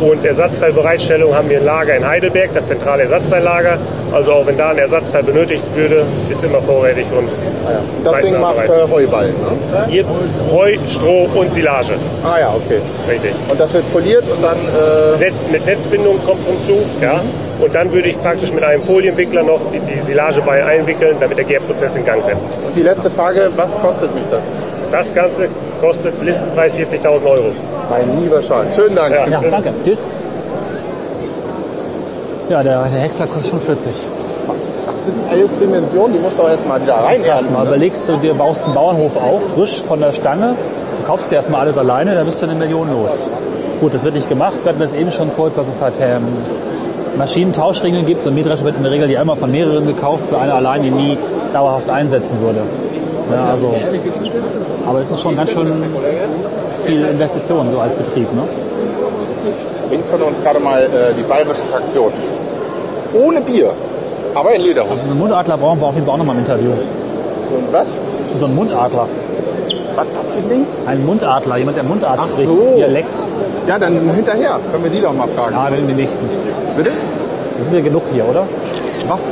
Und Ersatzteilbereitstellung haben wir ein Lager in Heidelberg, das zentrale Ersatzteillager. Also auch wenn da ein Ersatzteil benötigt würde, ist immer vorrätig und
Ah Das Ding
zeitnah
macht
bereit.
äh, Heuballen. Ne?
Hier Heu, Stroh und Silage.
Ah ja, okay.
Richtig.
Und das wird foliert und dann äh,
Net mit Netzbindung kommt hinzu, ja. Und dann würde ich praktisch mit einem Folienwickler noch die, die Silage bei einwickeln, damit der Gärprozess in Gang setzt.
und die letzte Frage, was kostet mich das?
Das Ganze kostet Listenpreis 40.000 Euro.
Mein lieber Schal. Schönen Dank.
Ja.
Ja, danke. Tschüss. Ja, der, der Häcksler kostet schon 40.
Das sind alles Dimensionen, die musst du auch erstmal wieder reinhaben.
Erstmal überlegst du, dir baust einen Bauernhof auf, frisch von der Stange, du kaufst dir erstmal alles alleine, dann bist du eine Million los. Gut, das wird nicht gemacht, wir hatten das eben schon kurz, dass es halt ähm, Maschinentauschringe gibt. So ein Mähdrescher wird in der Regel ja immer von mehreren gekauft, für eine allein, die nie dauerhaft einsetzen würde. Ja, also, aber es ist schon ganz schön viel Investition so als Betrieb. Ne?
Links von uns gerade mal äh, die bayerische Fraktion. Ohne Bier, aber in Lederhosen.
So einen Mundadler brauchen wir auf jeden Fall auch nochmal im Interview.
So, und was?
So einen Mundadler.
Was, was für ein Ding?
Ein Mundadler, jemand, der Mundart
Ach
spricht,
so.
Dialekt.
Ja, dann hinterher. Können wir die doch mal fragen.
Ja, wir nehmen den nächsten.
Bitte?
Wir sind ja genug hier, oder?
Was?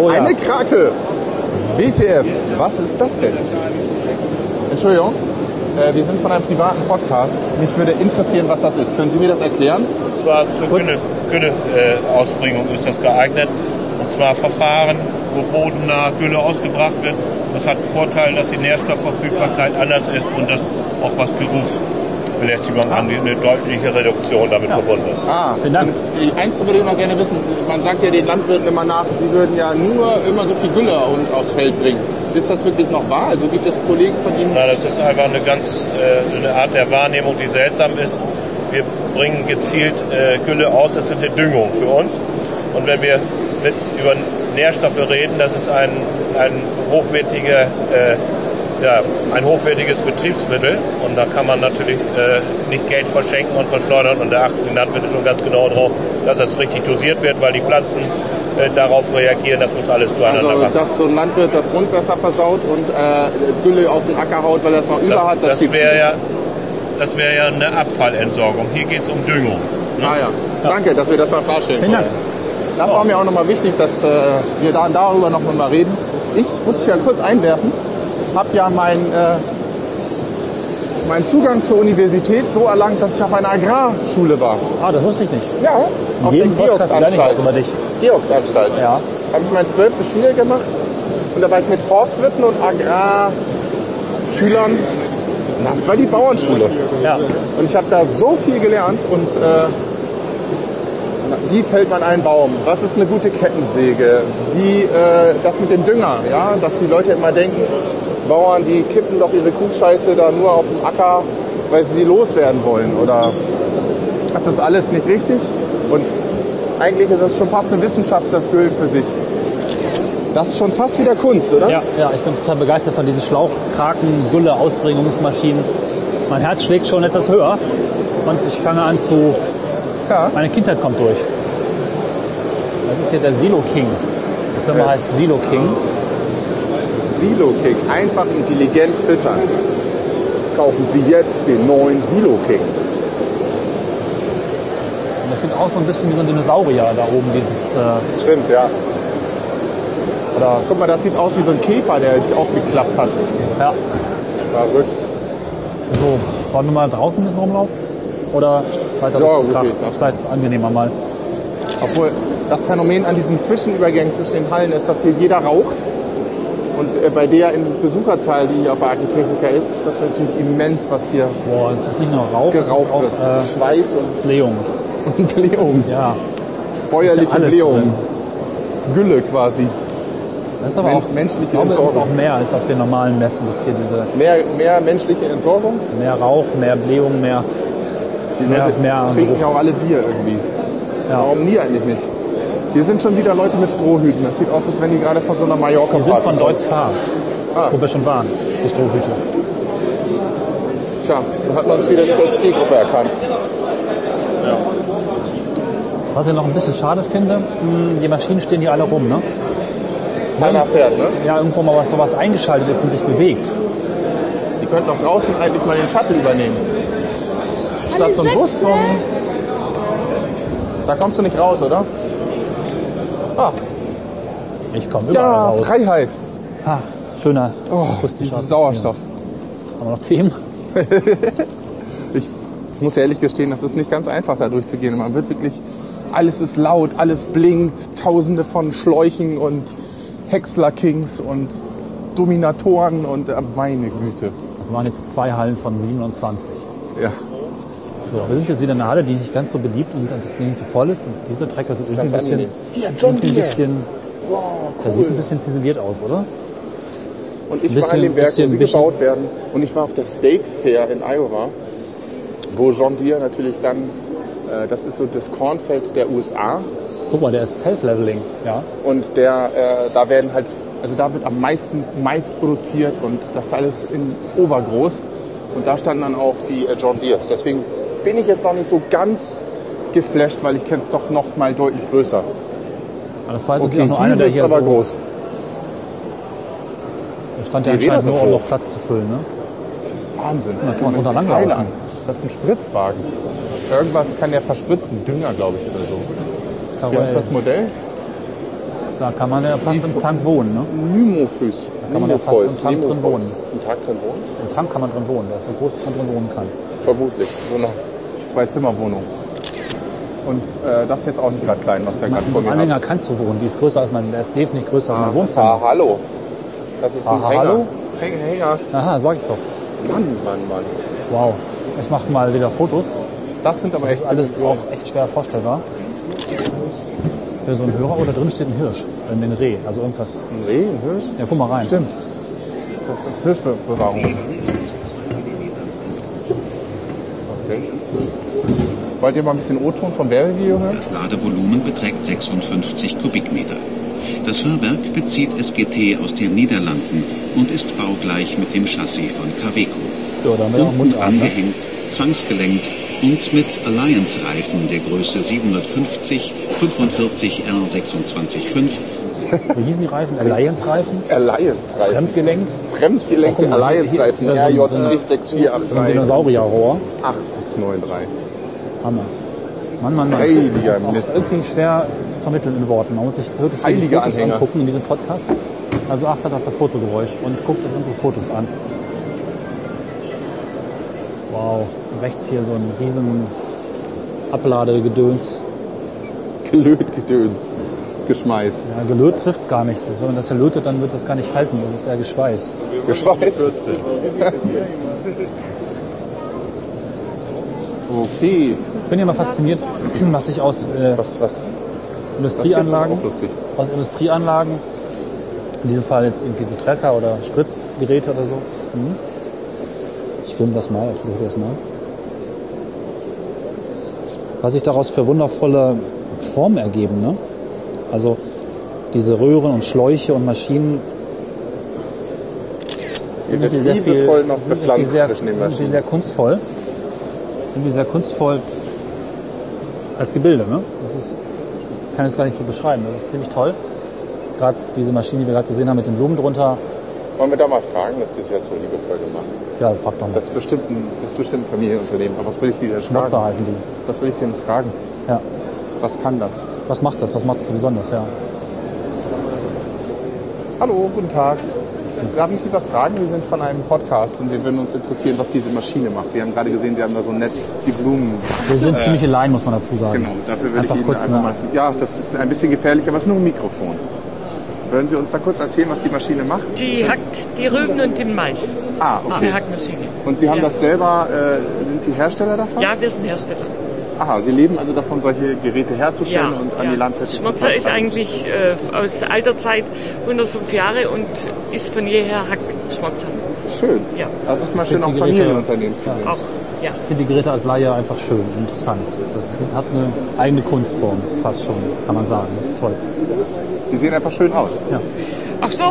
Oh ja.
Eine Krake. WTF. Was ist das denn? Entschuldigung. Äh, wir sind von einem privaten Podcast. Mich würde interessieren, was das ist. Können Sie mir das erklären?
Und zwar zur Gülle-Ausbringung ist das geeignet. Und zwar Verfahren, wo bodennah Gülle ausgebracht wird. Das hat den Vorteil, dass die Nährstoffverfügbarkeit anders ist und dass auch was Geruchsbelästigung angeht, eine deutliche Reduktion damit verbunden ist.
Ah,
Vielen Dank.
und, äh, eins würde ich noch gerne wissen. Man sagt ja den Landwirten immer nach, sie würden ja nur immer so viel Gülle und aufs Feld bringen. Ist das wirklich noch wahr? Also gibt es Kollegen von Ihnen?
Na, das ist einfach eine ganz äh, eine Art der Wahrnehmung, die seltsam ist. Wir bringen gezielt äh, Gülle aus, das ist eine Düngung für uns. Und wenn wir mit, über Nährstoffe reden, das ist ein, ein hochwertiger äh, ja, ein hochwertiges Betriebsmittel und da kann man natürlich äh, nicht Geld verschenken und verschleudern und da achten die Landwirte schon ganz genau drauf, dass das richtig dosiert wird, weil die Pflanzen äh, darauf reagieren, das muss alles zueinander
Also,
passen.
dass so ein Landwirt das Grundwasser versaut und äh, Gülle auf den Acker haut, weil er es noch über hat, das, gibt's
wäre
nicht.
ja, das wäre ja eine Abfallentsorgung. Hier geht es um Düngung.
Ah, ja. Danke, dass wir das mal klarstellen
Vielen Dank.
Das war mir auch nochmal wichtig, dass äh, wir da, darüber noch mal reden. Ich muss ich ja kurz einwerfen, habe ja meinen äh, meinen Zugang zur Universität so erlangt, dass ich auf einer Agrarschule war.
Ah, das wusste ich nicht.
Ja, auf der
jedem Podcast lerne ich was
Georgsanstalt.
über dich.
Georgsanstalt.
Ja.
Habe ich mein zwölftes Schuljahr gemacht und da war ich mit Forstwirten und Agrarschülern. Das war die Bauernschule.
Ja.
Und ich habe da so viel gelernt und äh, wie fällt man einen Baum? Was ist eine gute Kettensäge? Wie äh, das mit dem Dünger, ja? Dass die Leute immer denken, Bauern, die kippen doch ihre Kuhscheiße da nur auf dem Acker, weil sie sie loswerden wollen. Oder das ist alles nicht richtig. Und eigentlich ist es schon fast eine Wissenschaft, das Öl für sich. Das ist schon fast wieder Kunst, oder?
Ja, ja, ich bin total begeistert von diesen Schlauchkraken, Gülle, Ausbringungsmaschinen. Mein Herz schlägt schon etwas höher und ich fange an zu.
Ja.
Meine Kindheit kommt durch. Das ist hier der Silo King. Die Firma
Ja.
heißt Silo King.
Silo-Kick. Einfach intelligent füttern. Kaufen Sie jetzt den neuen Silo-Kick.
Und das sieht aus so ein bisschen wie so ein Dinosaurier da oben, dieses äh,
Stimmt, ja.
oder
Guck mal, das sieht aus wie so ein Käfer, der sich aufgeklappt hat.
ja.
Verrückt.
So, wollen wir mal draußen ein bisschen rumlaufen? Oder weiter
Ja,
durch den
okay,
Krach? Das ist vielleicht angenehmer mal.
Obwohl das Phänomen an diesen Zwischenübergängen zwischen den Hallen ist, dass hier jeder raucht. Und äh, bei der in Besucherzahl, die hier auf der Architechnika ist, ist das natürlich immens, was hier
Boah, es ist nicht nur Rauch, es
geraucht
ist auch
wird.
äh,
Schweiß und,
Blähung.
und Blähung.
Ja,
Bäuerliche
alles
Blähung. Gülle quasi.
das ist aber
Mensch-
auch
menschliche
ich glaube, es ist
Entsorgung.
auch mehr als auf den normalen Messen, dass hier diese
Mehr, mehr menschliche Entsorgung.
mehr Rauch, mehr Blähung, mehr.
Die
Mehr-
Leute
mehr
trinken
Geruch.
ja auch alle Bier irgendwie.
Ja.
Warum nie eigentlich nicht? Hier sind schon wieder Leute mit Strohhüten. Das sieht aus, als wenn die gerade von so einer
Die sind
Mallorca-Party
von
kommen.
Deutz Fahr,
Ah.
wo wir schon waren, die Strohhüte.
Tja, dann hat man uns wieder nicht als Zielgruppe erkannt.
Was ich noch ein bisschen schade finde, mh, die Maschinen stehen hier alle rum, ne?
Keiner fährt, ne?
Ja, irgendwo mal was, was eingeschaltet ist und sich bewegt.
Die könnten auch draußen eigentlich mal den Shuttle übernehmen. Statt so einem Bus, so ein... Da kommst du nicht raus, oder? Ah,
Ich komme überall
ja,
raus.
Freiheit.
Ach, schöner
Oh,
akustischer
diesen Sauerstoff.
Haben wir noch Themen?
Ich, ich muss ehrlich gestehen, das ist nicht ganz einfach, da durchzugehen. Man wird wirklich, alles ist laut, alles blinkt, tausende von Schläuchen und Häcksler-Kings und Dominatoren und äh, meine Güte.
Das waren jetzt zwei Hallen von 27.
Ja.
So, wir sind jetzt wieder in einer Halle, die nicht ganz so beliebt und deswegen nicht so voll ist. Und dieser Track, das ist irgendwie ein
ganz
bisschen,
angenehm.
irgendwie ein bisschen, das sieht ein bisschen ziseliert aus, oder?
Und ich war
Bisschen-
in dem Werk, wo
bisschen-
sie
bisschen-
gebaut werden. Und ich war auf der State Fair in Iowa, wo John Deere natürlich dann, äh, das ist so das Kornfeld der USA.
Guck mal, der ist Self-Leveling, ja.
Und der, äh, da werden halt, also da wird am meisten Mais produziert und das alles in Obergroß. Und da standen dann auch die äh, John Deeres. Deswegen bin ich jetzt noch nicht so ganz geflasht, weil ich kenne es doch noch mal deutlich größer.
Also Aber das war jetzt okay, auch nur einer, der
wird's
hier
aber
so,
groß.
da stand ja
Die Räder
anscheinend
sind
nur, um
hoch.
noch Platz zu füllen, ne?
Wahnsinn.
Da kann man
Guck mal,
drunter
diese Teile
langlaufen.
an. Das ist ein Spritzwagen. Irgendwas kann der verspritzen. Dünger, glaube ich, oder so. Wie
Karel,
heißt das Modell?
da kann man ja fast im Tank wohnen, ne?
Nymophys. Da
kann man ja fast im Tank drin wohnen.
Im Tank drin wohnen?
Im Tank kann man drin wohnen, der ist so groß, dass man drin wohnen kann.
Vermutlich. So eine Zwei-Zimmer-Wohnung. Und äh, das ist jetzt auch nicht gerade klein, was der
In
gerade vor
diesem
mir hat.
Anhänger kannst du wohnen, die ist größer als mein, der ist definitiv größer als mein
genau. Ah,
Wohnzimmer.
hallo. Das ist ein
Ah,
Hänger.
hallo?
Häng- Hänger.
Aha, sag ich doch.
Mann, Mann, Mann.
Wow. Ich mache mal wieder Fotos.
Das sind aber
Das
echt
ist alles
Dimensionen.
auch echt schwer vorstellbar. Für so einen Hörer oder drin steht ein Hirsch, ein ein Reh, also irgendwas.
Ein Reh, ein Hirsch.
Ja, guck mal rein.
Stimmt. Das ist Hirschbewahrung. Okay. Wollt ihr mal ein bisschen O-Ton vom Werbevideo hören?
Das Ladevolumen beträgt 56 Kubikmeter. Das Fahrwerk bezieht SGT aus den Niederlanden und ist baugleich mit dem Chassis von Caveco.
Ja, da haben wir auch
Unten
Mundarm, ne?
angehängt, zwangsgelenkt und mit Alliance-Reifen der Größe 750 45 R265
Wie hießen die Reifen? Alliance-Reifen?
Alliance-Reifen.
Fremdgelenkt?
Fremdgelenkte
Guck mal, hier ist
Alliance-Reifen.
wieder so ein- so eine-
RJ664 ab
So ein Dinosaurierrohr.
8693.
Hammer. Mann, Mann, Mann.
Heiliger
das ist auch
Mist.
wirklich schwer zu vermitteln in Worten. Man muss sich jetzt wirklich die
Heiliger
Fotos
Anhänger.
angucken in diesem Podcast. Also achtet auf das Fotogeräusch und guckt euch unsere Fotos an. Wow, rechts hier so ein riesen Abladegedöns.
Gelöt, Gedöns, Geschmeiß.
Ja, gelöt trifft's gar nicht. Das ist, Wenn man das erlötet, dann wird das gar nicht halten. Das ist eher Geschweiß.
Geschweiß. okay.
Ich bin ja mal fasziniert, was sich aus äh,
Was, was?
Industrieanlagen,
auch lustig.
aus Industrieanlagen, in diesem Fall jetzt irgendwie so Trecker oder Spritzgeräte oder so. Mhm. Ich filme das mal, ich fotografiere das mal. Was sich daraus für wundervolle Formen ergeben, ne? Also diese Röhren und Schläuche und Maschinen
Hier wird
irgendwie sehr viel,
liebevoll noch
sind irgendwie
bepflanzt
sehr,
zwischen den
irgendwie
Maschinen.
sehr kunstvoll. Irgendwie sehr kunstvoll als Gebilde. Ne? Das ist, ich kann jetzt gar nicht beschreiben. Das ist ziemlich toll. Gerade diese Maschine, die wir gerade gesehen haben mit den Blumen drunter.
Wollen wir da mal fragen, dass die es jetzt so liebevoll gemacht haben?
Ja, frag doch mal.
Das ist bestimmt ein, das ist bestimmt ein Familienunternehmen. Aber was will ich dir denn fragen?
Schmotzer heißen die.
Was will ich dir denn fragen?
Ja.
Was kann das?
Was macht das? Was macht es so besonders? Ja.
Hallo, guten Tag. Darf ich Sie was fragen? Wir sind von einem Podcast und wir würden uns interessieren, was diese Maschine macht. Wir haben gerade gesehen, Sie haben da so nett die Blumen.
Wir sind ziemlich allein, muss man dazu sagen.
Äh, Genau, dafür würde
einfach
ich Ihnen
kurz
einfach
eine,
mal. Ja, das ist ein bisschen gefährlich, aber es ist nur ein Mikrofon. Würden Sie uns da kurz erzählen, was die Maschine macht?
Die hackt die Rüben und den Mais.
Ah,
Ist eine
okay.
Hackmaschine.
Und Sie haben
ja.
das selber, äh, sind Sie Hersteller davon?
Ja, wir sind Hersteller.
Aha, Sie leben also davon, solche Geräte herzustellen und an die Landwirte zu
Schmutzer ist
vertreiben.
eigentlich äh, aus alter Zeit 105 Jahre und ist von jeher Hackschmutzer.
Schön.
Ja.
Also es ist mal schön, auch ein
Geräte-
Familienunternehmen zu sehen.
Auch, ja.
Ich finde die Geräte als Laie einfach schön und interessant. Das hat eine eigene Kunstform, fast schon, kann man sagen. Das ist toll.
Die sehen einfach schön aus.
Ach so,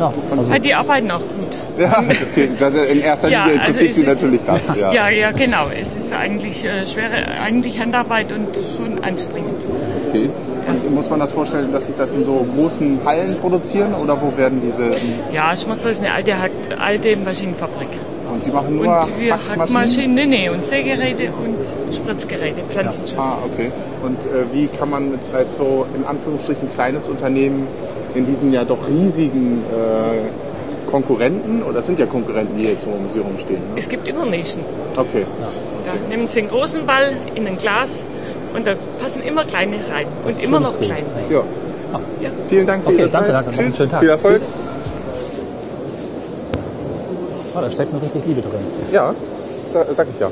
Ja, also,
die arbeiten auch gut.
Ja, okay. Also in erster
Ja,
Linie
also
interessiert
es
Sie
ist-
natürlich das. Ja.
Ja, ja, genau. Es ist eigentlich äh, schwere, eigentlich Handarbeit und schon anstrengend.
Okay. Und muss man das vorstellen, dass sich das in so großen Hallen produzieren oder wo werden diese?
Ja, Schmutzer ist eine alte, Hack, alte Maschinenfabrik.
Und sie machen nur
Und wir
Hackmaschinen.
Hackmaschinen, nee, und Sägeräte und Spritzgeräte,
Ah,
Pflanzenschutz.
okay. Und äh, wie kann man mit als so in Anführungsstrichen kleines Unternehmen in diesem ja doch riesigen äh, Konkurrenten oder es sind ja Konkurrenten, die jetzt so um sie rumstehen? Ne?
Es gibt Übernischen.
Okay.
Da nehmen Sie einen großen Ball in ein Glas und da passen immer kleine rein und immer noch
Bild.
kleine.
Ja.
Ja.
Vielen Dank für
Ah, Okay,
Ihre
danke,
Zeit.
danke. Noch einen
Tschüss.
schönen Tag.
Viel Erfolg.
Tschüss. ah, da steckt noch richtig Liebe drin.
Ja, das sa- sag ich ja.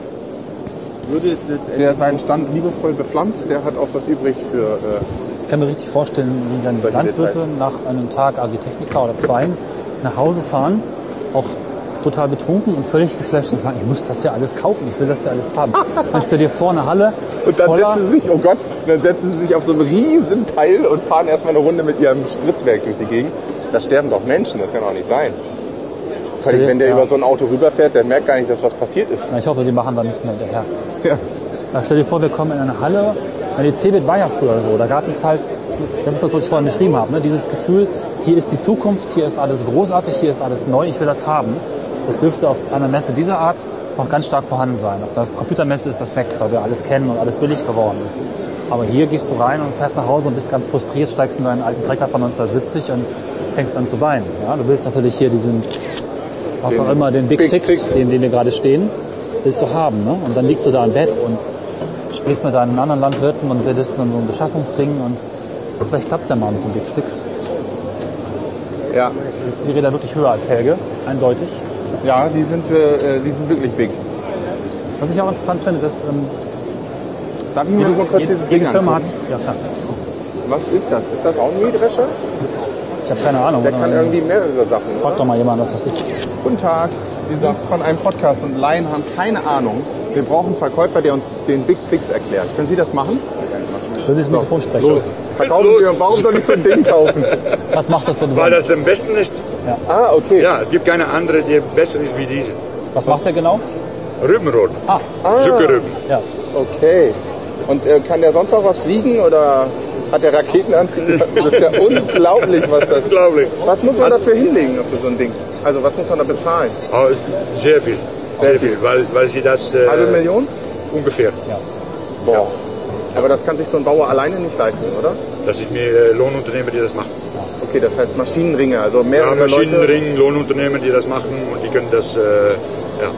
Wer seinen Stand liebevoll bepflanzt, der hat auch was übrig für. Äh,
Ich kann mir richtig vorstellen, wie dann
Solche
Landwirte
Details.
nach einem Tag Agritechnika oder zwei nach Hause fahren, auch total betrunken und völlig geflasht und sagen, ich muss das ja alles kaufen, ich will das ja alles haben. Dann stell dir vor eine Halle
Und dann
voller,
setzen sie sich, oh Gott, dann setzen sie sich auf so einen riesen Teil und fahren erstmal eine Runde mit ihrem Spritzwerk durch die Gegend. Da sterben doch Menschen, das kann doch nicht sein. Vor allem, wenn der
Ja.
über so ein Auto rüberfährt, der merkt gar nicht, dass was passiert ist.
Na, ich hoffe, sie machen da nichts mehr hinterher.
Ja.
Na, stell dir vor, wir kommen in eine Halle. Na, die Cebit war ja früher so. Da gab es halt, das ist das, was ich vorhin beschrieben habe, ne? dieses Gefühl, hier ist die Zukunft, hier ist alles großartig, hier ist alles neu, ich will das haben. Das dürfte auf einer Messe dieser Art noch ganz stark vorhanden sein. Auf der Computermesse ist das weg, weil wir alles kennen und alles billig geworden ist. Aber hier gehst du rein und fährst nach Hause und bist ganz frustriert, steigst in deinen alten Trecker von 1970 und fängst an zu weinen. Ja? Du willst natürlich hier diesen, was auch immer, den Big,
Big
Six,
Six.
den, den wir gerade stehen, willst du haben. Ne? Und dann liegst du da im Bett und sprichst mit deinen anderen Landwirten und redest dann so ein Beschaffungsding und vielleicht klappt es ja mal mit dem Big Six.
Ja,
Jetzt sind die Räder wirklich höher als Helge, eindeutig.
ja die, sind, äh, äh, die sind wirklich big.
Was ich auch interessant finde, dass ähm,
Darf ich mir mal kurz
jede,
dieses
jede
Ding
Firma hat.
angucken?
Ja klar.
Was ist das? Ist das auch ein Mähdrescher?
Ich habe keine Ahnung.
Der kann
Ähm,
irgendwie mehrere Sachen. Hm?
Frag doch mal jemand, was das ist.
Guten Tag, wir sind von einem Podcast und Laien haben keine Ahnung. Wir brauchen einen Verkäufer, der uns den Big Six erklärt. Können Sie das machen?
Können Sie ins Mikrofon sprechen?
Los. Verkaufen wir, warum soll ich so ein Ding kaufen?
Was macht das denn
Weil
sonst?
das am besten ist.
Ah, okay.
Ja, es gibt keine andere, die besser ist wie diese.
Was macht er genau?
Rübenrollen.
Ah,
Zuckerrüben.
ja.
Okay. Und äh, kann der sonst noch was fliegen oder hat der Raketenantrieb? Das ist ja unglaublich, was das ist.
Unglaublich.
Was muss man dafür hinlegen für so ein Ding? Also was muss man da bezahlen?
Aber Sehr viel. Sehr viel, weil, weil sie das äh,
Halbe Million?
ungefähr,
Boah. Aber das kann sich so ein Bauer alleine nicht leisten, oder?
dass ich mir äh, Lohnunternehmer, die das machen.
Okay, das heißt Maschinenringe, also
Ja,
mehrere Leute.
Maschinenring, Lohnunternehmer, die das machen und die können das, äh, ja,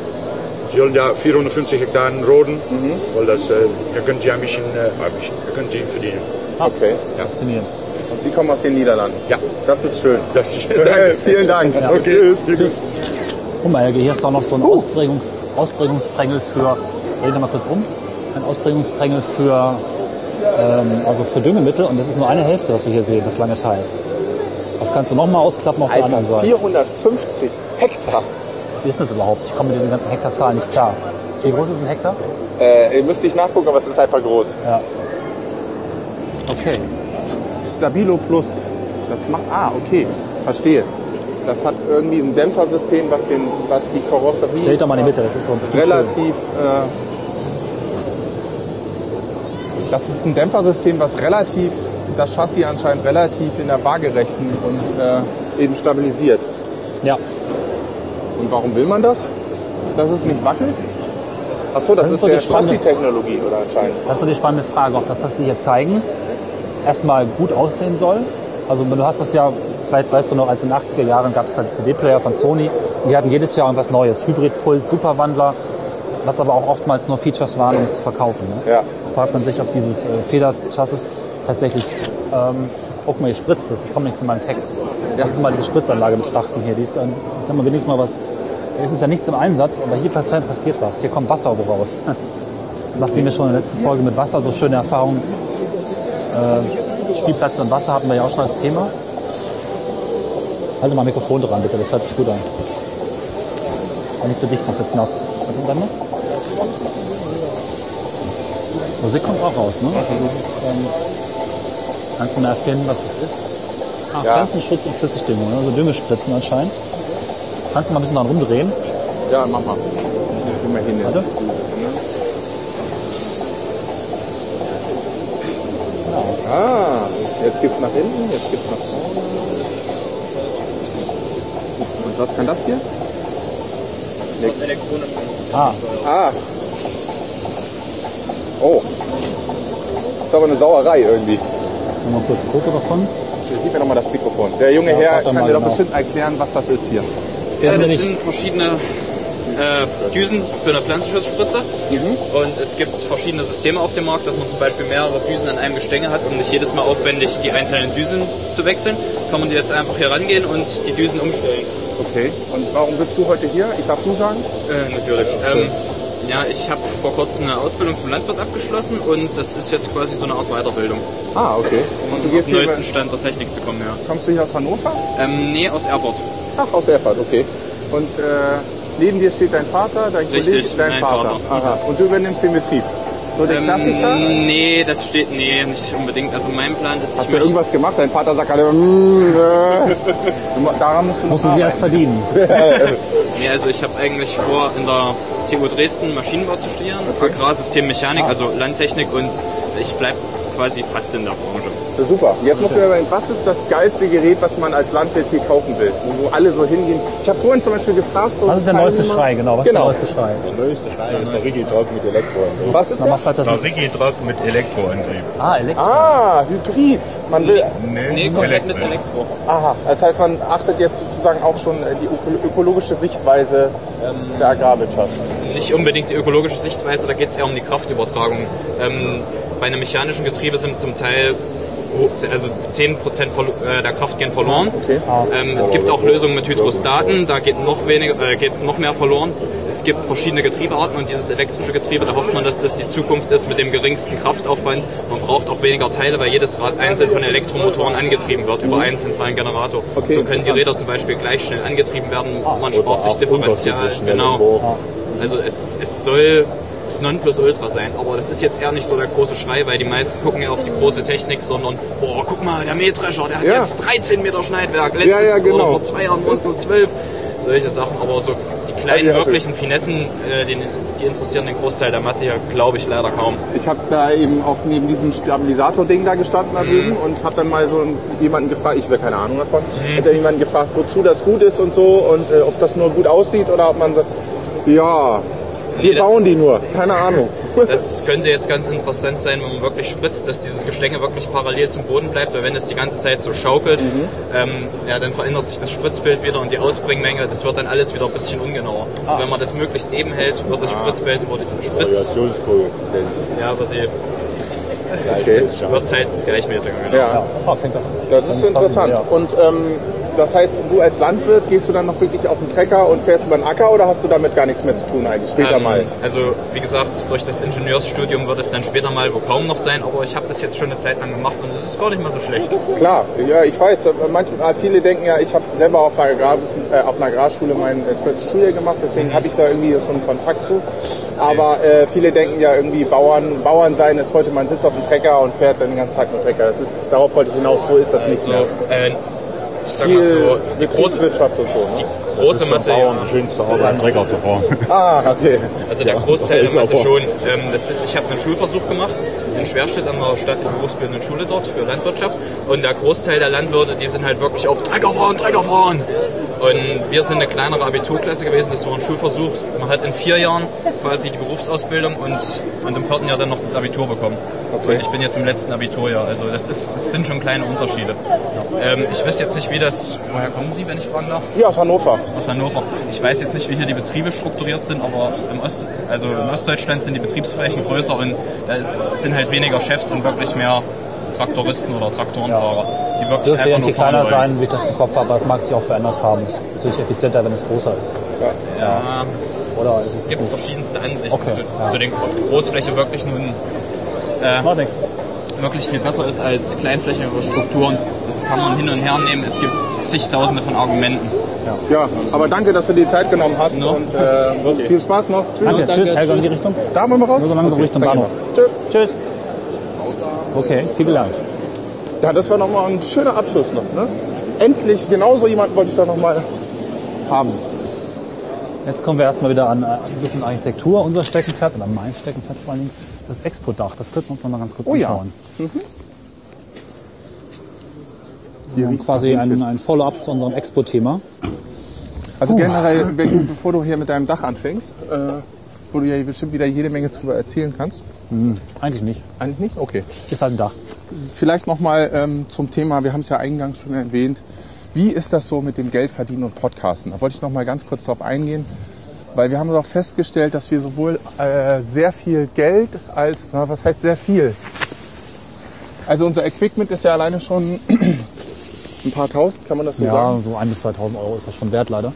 sie sollen ja 450 Hektar roden,
Mhm.
weil das, äh, da können sie ein bisschen, äh, ein bisschen, da können sie verdienen.
Okay.
Ah. Faszinierend.
Und Sie kommen aus den Niederlanden.
Ja.
Das ist schön.
Das ist,
Äh, Vielen Dank.
okay, tschüss.
Guck mal, Helge, hier ist auch noch so ein Ausprägungs Ausprägungsprängel für, dreh mal kurz um, ein Ausprägungsprängel für, ähm, also für Düngemittel und das ist nur eine Hälfte, was wir hier sehen, das lange Teil. Das kannst du nochmal ausklappen auf der
Alter,
anderen Seite.
450 Hektar.
Wie ist denn das überhaupt? Ich komme mit diesen ganzen Hektarzahlen nicht klar. Wie groß ist ein Hektar?
Äh, ihr müsst nicht nachgucken, aber es ist einfach groß.
Ja.
Okay. Stabilo Plus. Das macht. Ah, okay. Verstehe. Das hat irgendwie ein Dämpfersystem, was, den, was die Karosserie
Dreh doch mal in die Mitte, das ist so ein bisschen schön.
relativ. Äh, das ist ein Dämpfersystem, was relativ das Chassis anscheinend relativ in der waagerechten und äh, eben stabilisiert.
Ja,
Und warum will man das? Dass es nicht wackelt? Achso, das, das
Das ist
ist,
so
der
die spannende-
Chassis-Technologie oder anscheinend.
das ist eine spannende Frage, ob das, was die hier zeigen, erstmal gut aussehen soll. Also du hast das ja, vielleicht weißt du noch, als in den 80er Jahren gab es halt CD-Player von Sony und die hatten jedes Jahr irgendwas Neues. Hybridpuls, Superwandler, was aber auch oftmals nur Features waren, um es zu verkaufen. Ne?
Ja.
Fragt man sich, ob dieses äh, Federchassis tatsächlich... Ähm, Guck mal, hier spritzt es. Ich komme nicht zu meinem Text. Lass uns mal diese Spritzanlage betrachten hier. Die ist, ein- kann man wenigstens mal was... Es ist ja nichts im Einsatz, aber hier passiert, passiert was. Hier kommt Wasser raus. Nachdem wir schon in der letzten Folge mit Wasser so schöne Erfahrungen Spielplatz und Wasser hatten wir ja auch schon als Thema. Halte mal Mikrofon dran, bitte, das hört sich gut an. Aber nicht zu dicht, sonst wird's nass. Warte, warte mal. Musik kommt auch raus, ne? Also, das ist, ähm, kannst du mal erkennen, was das ist? Ah,
Ja.
Pflanzenschutz und Flüssigdüngung, ne? also Düngspritzen anscheinend. Kannst du mal ein bisschen dran rumdrehen?
Ja, mach mal. Geh mal hin.
Warte.
Ah, jetzt geht's nach hinten, jetzt geht's nach vorne. Und was kann das hier?
Ah,
Ah. Oh. ist aber eine Sauerei irgendwie.
nochmal kurz ein Foto davon.
Gib mir doch mal das Mikrofon. Der junge
Ja,
Herr
warte
kann
mal
dir doch
genau.
bestimmt erklären, was das ist hier.
Wir sind nämlich
verschiedene äh, Düsen für eine Pflanzenschutzspritze.
Mhm.
Und es gibt verschiedene Systeme auf dem Markt, dass man zum Beispiel mehrere Düsen an einem Gestänge hat, um nicht jedes Mal aufwendig die einzelnen Düsen zu wechseln. Kann man jetzt einfach hier rangehen und die Düsen um- umstellen.
Okay. Und warum bist du heute hier? Ich darf du sagen?
Äh, natürlich. Ähm, ja, ich habe vor kurzem eine Ausbildung zum Landwirt abgeschlossen und das ist jetzt quasi so eine Art Weiterbildung,
Ah, okay. Und du
um auf
gehst
den
hier,
neuesten Stand der Technik zu kommen, ja.
kommst du hier aus Hannover?
Ähm, nee, aus Erfurt.
Ach, aus Erfurt, okay. Und äh, neben dir steht dein Vater, dein
Richtig,
Kollege, dein
mein
Vater.
Vater. Ähm,
Aha. Und du übernimmst den Betrieb. So der Klassiker.
nee, das steht, nee, nicht unbedingt. Also mein Plan ist,
Hast
ich
du
möchte-
irgendwas gemacht? Dein Vater sagt alle, mm, äh. Du mu- daran musst du noch
mussten sie erst
arbeiten.
verdienen.
Nee, also ich habe eigentlich vor, in der TU Dresden Maschinenbau zu studieren, Agrarsystemmechanik, also Landtechnik und ich bleib quasi fast in der Branche.
Super. Jetzt musst du mir überlegen, was ist das geilste Gerät, was man als Landwirt hier kaufen will? Wo alle so hingehen. Ich habe vorhin zum Beispiel gefragt, so
Was ist der
Teilnehmer-
neueste Schrei? Genau, was
Genau.
ist der neueste Schrei?
Was ist
Dann
das?
mach weiter
Genau,
drin.
Ricky drauf mit Elektroantrieb.
Ah, Elektro.
Ah, Hybrid. Man will.
Nee, komplett mit Elektro.
Aha. Das heißt, man achtet jetzt sozusagen auch schon äh, die öko- ökologische Sichtweise
Ähm,
der Agrarwirtschaft.
Nicht unbedingt die ökologische Sichtweise, da geht es eher um die Kraftübertragung. Ähm, bei einem mechanischen Getriebe sind zum Teil ho- also 10% verlo- äh, der Kraft gehen verloren. Ähm, es gibt auch Lösungen mit Hydrostaten, da geht noch, weniger, äh, geht noch mehr verloren. Es gibt verschiedene Getriebearten und dieses elektrische Getriebe, da hofft man, dass das die Zukunft ist mit dem geringsten Kraftaufwand. Man braucht auch weniger Teile, weil jedes Rad einzeln von Elektromotoren angetrieben wird über einen zentralen Generator. so können die Räder zum Beispiel gleich schnell
Ah,
Ah.
genau. angetrieben werden. Man spart sich Differential. Genau. Also es, es soll
das Nonplusultra sein. Aber das ist jetzt eher nicht so der große Schrei, weil die meisten gucken ja auf die große Technik, sondern, boah, guck mal, der Mähdrescher, der hat
Ja.
jetzt 13 Meter Schneidwerk. Letztes
Ja, ja, genau.
oder vor zwei Jahren waren es nur 12. Solche Sachen, aber so die kleinen
Ja, ja, okay.
wirklichen Finessen, äh, den, die interessieren den Großteil der Masse hier, glaube ich, leider kaum.
Ich habe da eben auch neben diesem Stabilisator-Ding da gestanden da
Mhm.
drüben und habe dann mal so jemanden gefragt, ich will keine Ahnung davon,
Mhm.
hätte jemanden gefragt, wozu das gut ist und so und äh, ob das nur gut aussieht oder ob man so, ja, wir
Nee, das-
bauen die nur, keine Ahnung.
Das könnte jetzt ganz interessant sein, wenn man wirklich spritzt, dass dieses Gestänge wirklich parallel zum Boden bleibt, weil wenn es die ganze Zeit so schaukelt, ähm, ja, dann verändert sich das Spritzbild wieder und die Ausbringmenge, das wird dann alles wieder ein bisschen ungenauer. Und Wenn man das möglichst eben hält, wird das
Ah.
Spritzbild über die Spritz, ja, wird die,
Okay.
wird's halt gleichmäßiger. Genau.
Ah,
Ja. Das ist interessant. Und ähm, das heißt, du als Landwirt gehst du dann noch wirklich auf den Trecker und fährst über den Acker oder hast du damit gar nichts mehr zu tun eigentlich später
Ähm,
mal?
Also wie gesagt, durch das Ingenieursstudium wird es dann später mal wo kaum noch sein, aber ich habe das jetzt schon eine Zeit lang gemacht und es ist gar nicht mal so schlecht.
Klar, ja, ich weiß. Manchmal, viele denken ja, ich habe selber auf einer, Agrar, äh, auf einer Agrarschule mein äh, 12. Schuljahr gemacht, deswegen
Mhm.
habe ich da irgendwie schon einen Kontakt zu. Aber äh, viele denken ja irgendwie, Bauern, Bauern sein ist heute, man sitzt auf dem Trecker und fährt dann den ganzen Tag mit dem Trecker. Das ist, darauf wollte ich hinaus, so ist das nicht
Also,
mehr.
äh, ich sag mal so, die große,
Wirtschaft und so. Ne?
große Masse. Ja.
schönste Arbeit, Trecker zu fahren.
Ah, okay.
Also der Großteil
Ja,
der
ist
Masse
aber-
schon. Ähm, das ist, ich habe einen Schulversuch gemacht in Schwerstedt an der staatlichen berufsbildenden Schule dort für Landwirtschaft. Und der Großteil der Landwirte, die sind halt wirklich auf Trecker fahren, Trecker fahren. Und wir sind eine kleinere Abiturklasse gewesen, das war ein Schulversuch. Man hat in vier Jahren quasi die Berufsausbildung und, und im vierten Jahr dann noch das Abitur bekommen. Und ich bin jetzt im letzten Abiturjahr, also das, ist, das sind schon kleine Unterschiede. Ähm, ich weiß jetzt nicht, wie das, woher kommen Sie, wenn ich fragen darf?
Ja, aus Hannover.
aus Hannover. Ich weiß jetzt nicht, wie hier die Betriebe strukturiert sind, aber im Ost, also in Ostdeutschland sind die Betriebsflächen größer und da sind halt weniger Chefs und wirklich mehr Traktoristen oder Traktorenfahrer, die wirklich
Dürfte
einfach nur
irgendwie
fahren
kleiner
wollen.
sein, wie ich das im Kopf habe, aber es mag sich auch verändert haben. Es ist natürlich effizienter, wenn es größer ist.
Ja,
Oder ist es
gibt verschiedenste Ansichten
Okay,
zu,
ja.
zu den ob die Großfläche wirklich nun äh, wirklich viel besser ist als kleinflächigere Strukturen. Das kann man hin und her nehmen. Es gibt zigtausende von Argumenten.
Ja, aber danke, dass du dir die Zeit genommen hast und äh, viel Spaß noch.
Danke, tschüss, Helga, in die Richtung?
Da wollen wir raus?
Nur so langsam Richtung
danke.
Bahnhof. Tschüss. Okay, vielen Dank.
Ja, das war nochmal ein schöner Abschluss noch. Ne? Endlich, genauso jemanden wollte ich da nochmal haben.
Jetzt kommen wir erstmal wieder an äh, ein bisschen Architektur. Unser Steckenpferd, oder mein Steckenpferd vor allen Dingen, das Expo-Dach. Das könnten wir uns noch mal ganz kurz
Oh ja.
anschauen. Wir haben quasi ein, ein Follow-up zu unserem Expo-Thema.
Also
Oh.
generell, wenn du, bevor du hier mit deinem Dach anfängst, äh, wo du ja bestimmt wieder jede Menge drüber erzählen kannst.
Hm, eigentlich nicht.
Eigentlich nicht? Okay.
Ist halt ein Dach.
Vielleicht nochmal ähm, zum Thema, wir haben es ja eingangs schon erwähnt, wie ist das so mit dem Geldverdienen und Podcasten? Da wollte ich nochmal ganz kurz drauf eingehen, weil wir haben doch festgestellt, dass wir sowohl äh, sehr viel Geld als, na, was heißt sehr viel? Also unser Equipment ist ja alleine schon ein paar tausend, kann man das so
ja,
sagen?
so ein bis 2.000 Euro ist das schon wert, leider.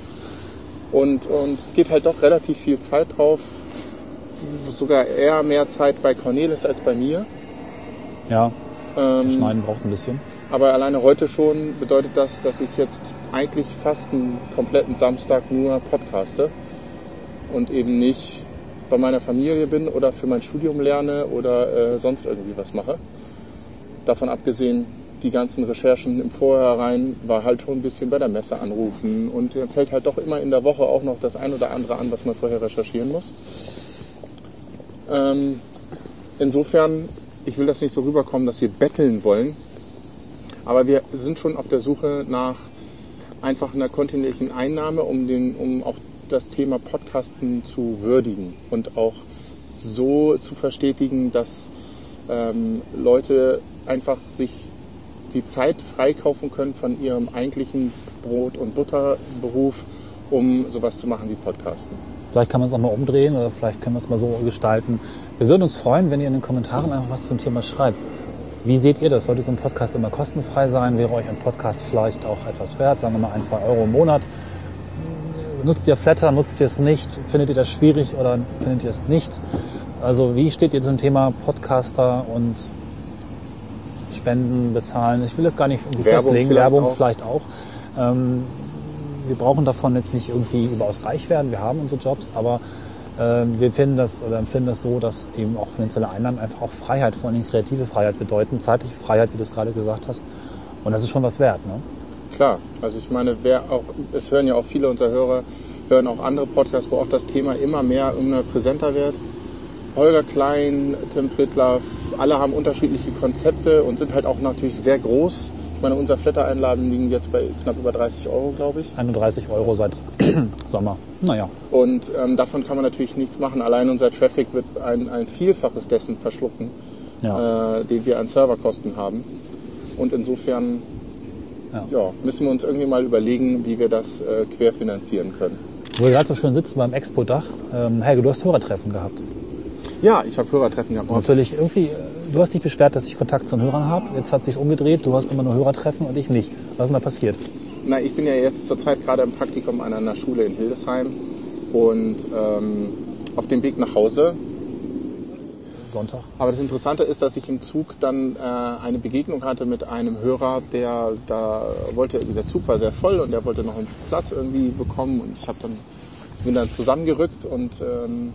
Und, und es geht halt doch relativ viel Zeit drauf. Sogar eher mehr Zeit bei Cornelis als bei mir.
Ja,
Ähm,
das Schneiden braucht ein bisschen.
Aber alleine heute schon bedeutet das, dass ich jetzt eigentlich fast einen kompletten Samstag nur podcaste und eben nicht bei meiner Familie bin oder für mein Studium lerne oder äh, sonst irgendwie was mache. Davon abgesehen, die ganzen Recherchen im Vorhinein war halt schon ein bisschen bei der Messe anrufen und dann fällt halt doch immer in der Woche auch noch das ein oder andere an, was man vorher recherchieren muss. Ähm, insofern, ich will das nicht so rüberkommen, dass wir betteln wollen, aber wir sind schon auf der Suche nach einfach einer kontinuierlichen Einnahme, um, den, um auch das Thema Podcasten zu würdigen und auch so zu verstetigen, dass ähm, Leute einfach sich die Zeit freikaufen können von ihrem eigentlichen Brot- und Butterberuf, um sowas zu machen wie Podcasten.
Vielleicht kann man es auch mal umdrehen oder vielleicht können wir es mal so gestalten. Wir würden uns freuen, wenn ihr in den Kommentaren einfach was zum Thema schreibt. Wie seht ihr das? Sollte so ein Podcast immer kostenfrei sein? Wäre euch ein Podcast vielleicht auch etwas wert? Sagen wir mal ein, zwei Euro im Monat. Nutzt ihr Flatter? Nutzt ihr es nicht? Findet ihr das schwierig oder findet ihr es nicht? Also wie steht ihr zum Thema Podcaster und Spenden bezahlen? Ich will das gar nicht irgendwie
Werbung
festlegen.
vielleicht
Werbung
auch.
vielleicht auch. Ähm, wir brauchen davon jetzt nicht irgendwie überaus reich werden. Wir haben unsere Jobs, aber Ähm, wir finden das oder empfinden das so, dass eben auch finanzielle Einnahmen einfach auch Freiheit, vor allem kreative Freiheit bedeuten, zeitliche Freiheit, wie du es gerade gesagt hast. Und das ist schon was wert. Ne?
Klar, also ich meine, wer auch, es hören ja auch viele unserer Hörer, hören auch andere Podcasts, wo auch das Thema immer mehr immer präsenter wird. Holger Klein, Tim Prittlaff, alle haben unterschiedliche Konzepte und sind halt auch natürlich sehr groß. Ich meine, unser Flatter-Einladen liegen jetzt bei knapp über 30 Euro, glaube ich.
31 Euro seit Sommer. Naja.
Und ähm, davon kann man natürlich nichts machen. Allein unser Traffic wird ein, ein Vielfaches dessen verschlucken,
Ja.
äh, den wir an Serverkosten haben. Und insofern ja. müssen wir uns irgendwie mal überlegen, wie wir das äh, querfinanzieren können.
Wo wir gerade so schön sitzen beim Expo-Dach. Ähm, Helge, du hast Hörertreffen gehabt.
Ja, ich habe Hörertreffen gehabt.
Natürlich, irgendwie, äh, du hast dich beschwert, dass ich Kontakt zu den Hörern habe. Jetzt hat sich's umgedreht, du hast immer nur Hörertreffen und ich nicht. Was ist denn da passiert?
Na, ich bin ja jetzt zurzeit gerade im Praktikum an einer Schule in Hildesheim und ähm, auf dem Weg nach Hause.
Sonntag.
Aber das Interessante ist, dass ich im Zug dann äh, eine Begegnung hatte mit einem Hörer, der da wollte, also der Zug war sehr voll und der wollte noch einen Platz irgendwie bekommen und ich habe dann ich bin dann zusammengerückt und ähm,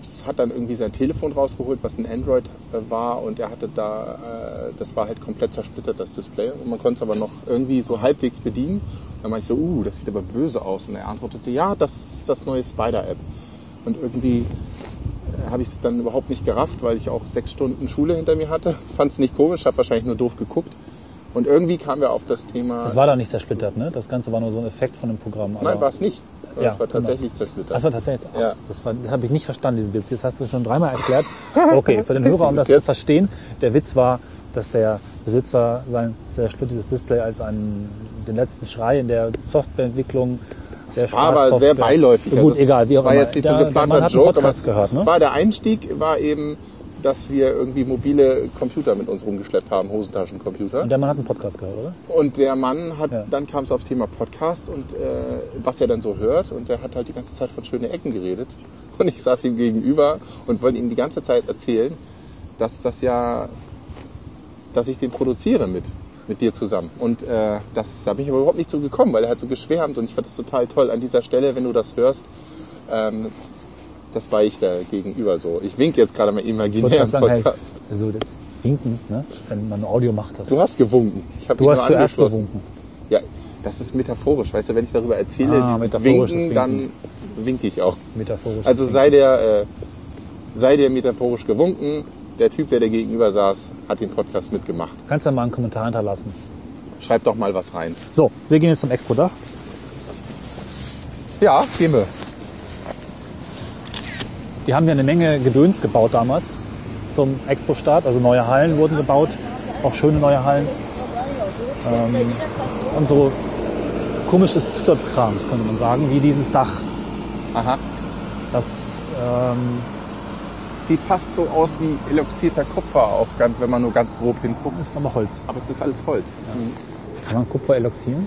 es hat dann irgendwie sein Telefon rausgeholt, was ein Android äh, war und er hatte da, äh, das war halt komplett zersplittert, das Display. Und man konnte es aber noch irgendwie so halbwegs bedienen. Dann meinte ich so, uh, das sieht aber böse aus. Und er antwortete, ja, das ist das neue Spider-App. Und irgendwie äh, habe ich es dann überhaupt nicht gerafft, weil ich auch sechs Stunden Schule hinter mir hatte. Fand es nicht komisch, habe wahrscheinlich nur doof geguckt. Und irgendwie kamen wir auf das Thema...
Das war da nicht zersplittert, ne? Das Ganze war nur so ein Effekt von dem Programm.
Nein, war es nicht. Es war tatsächlich zersplittert.
Das war tatsächlich. genau. Ach, Das, war- das habe ich nicht verstanden, diesen Witz. Jetzt hast du schon dreimal erklärt. Okay, für den Hörer, um das zu verstehen, der Witz war, dass der Besitzer sein zersplittertes Display als einen, den letzten Schrei in der Softwareentwicklung der
Das war aber sehr
Spaßsoftware-
beiläufig.
Gut,
Also
egal,
es
wie auch
war
immer.
jetzt nicht so
Der-
ein geplanter
man hat einen
Joke, aber
Podcast
es
gehört, ne?
war der Einstieg, war eben, dass wir irgendwie mobile Computer mit uns rumgeschleppt haben, Hosentaschencomputer.
Und der Mann hat einen Podcast gehört, oder?
Und der Mann hat, dann kam es aufs Thema Podcast und äh, was er dann so hört. Und er hat halt die ganze Zeit von schönen Ecken geredet. Und ich saß ihm gegenüber und wollte ihm die ganze Zeit erzählen, dass das ja, dass ich den produziere mit, mit dir zusammen. Und äh, das da bin ich aber überhaupt nicht so gekommen, weil er hat so geschwärmt und ich fand das total toll. An dieser Stelle, wenn du das hörst, ähm, das war ich da gegenüber so. Ich wink jetzt gerade mal
Ich wollte
imaginär
gerade
im
sagen, hey,
Podcast.
so winken, ne? wenn man Audio macht. Das.
Du hast gewunken. Ich hab
Du
ihn
hast
nur
zuerst
angeschlossen.
gewunken.
Ja, das ist metaphorisch. Weißt du, wenn ich darüber erzähle,
Ah,
dieses
metaphorisches
Winken, dann winke ich auch.
Metaphorisch.
Also sei der, äh, sei der metaphorisch gewunken. Der Typ, der dir gegenüber saß, hat den Podcast mitgemacht.
Kannst ja mal einen Kommentar hinterlassen.
Schreib doch mal was rein.
So, wir gehen jetzt zum Expo-Dach.
Ja, gehen wir.
Die haben ja eine Menge Gedöns gebaut damals zum Expo-Start. Also neue Hallen wurden gebaut, auch schöne neue Hallen. Ähm, und so komisches Zusatzkrams, könnte man sagen, wie dieses Dach.
Aha.
Das ähm,
sieht fast so aus wie eloxierter Kupfer auf ganz, wenn man nur ganz grob hinguckt.
Ist aber Holz.
Aber es ist alles Holz.
Kann man Kupfer eloxieren?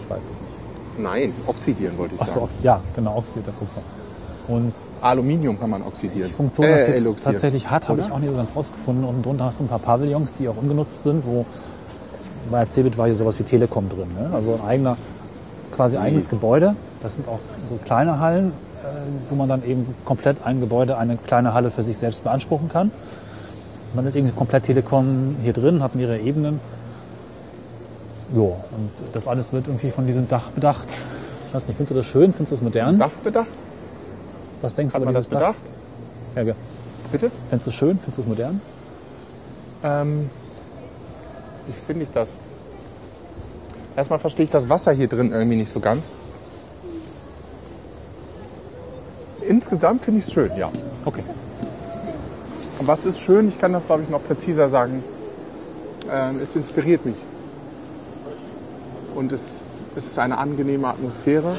Ich weiß es nicht.
Nein, oxidieren wollte ich
Ach so,
sagen.
Ox ja, genau, oxidierter Kupfer. Und
Aluminium kann man oxidieren.
Die Funktion, dass
Äh,
das jetzt
eloxieren.
tatsächlich hat, habe
Oder?
ich auch nicht so ganz rausgefunden. Und drunter hast du ein paar Pavillons, die auch ungenutzt sind, wo bei Cebit war hier sowas wie Telekom drin. Ne? Also ein eigener, quasi
Mhm.
eigenes Gebäude. Das sind auch so kleine Hallen, äh, wo man dann eben komplett ein Gebäude, eine kleine Halle für sich selbst beanspruchen kann. Und dann ist irgendwie komplett Telekom hier drin, hat mehrere Ebenen. Ja, und das alles wird irgendwie von diesem Dach bedacht. Ich weiß nicht, findest du das schön? Findest du das modern?
Dach bedacht?
Was denkst
Hat
du über
man das
dieses Dach?
bedacht?
Helge.
Bitte?
Findest du es schön? Findest du es modern?
Ähm, wie finde ich das? Erstmal verstehe ich das Wasser hier drin irgendwie nicht so ganz. Insgesamt finde ich es schön, ja.
Okay.
Und was ist schön, ich kann das glaube ich noch präziser sagen. Ähm, es inspiriert mich. Und es, es ist eine angenehme Atmosphäre.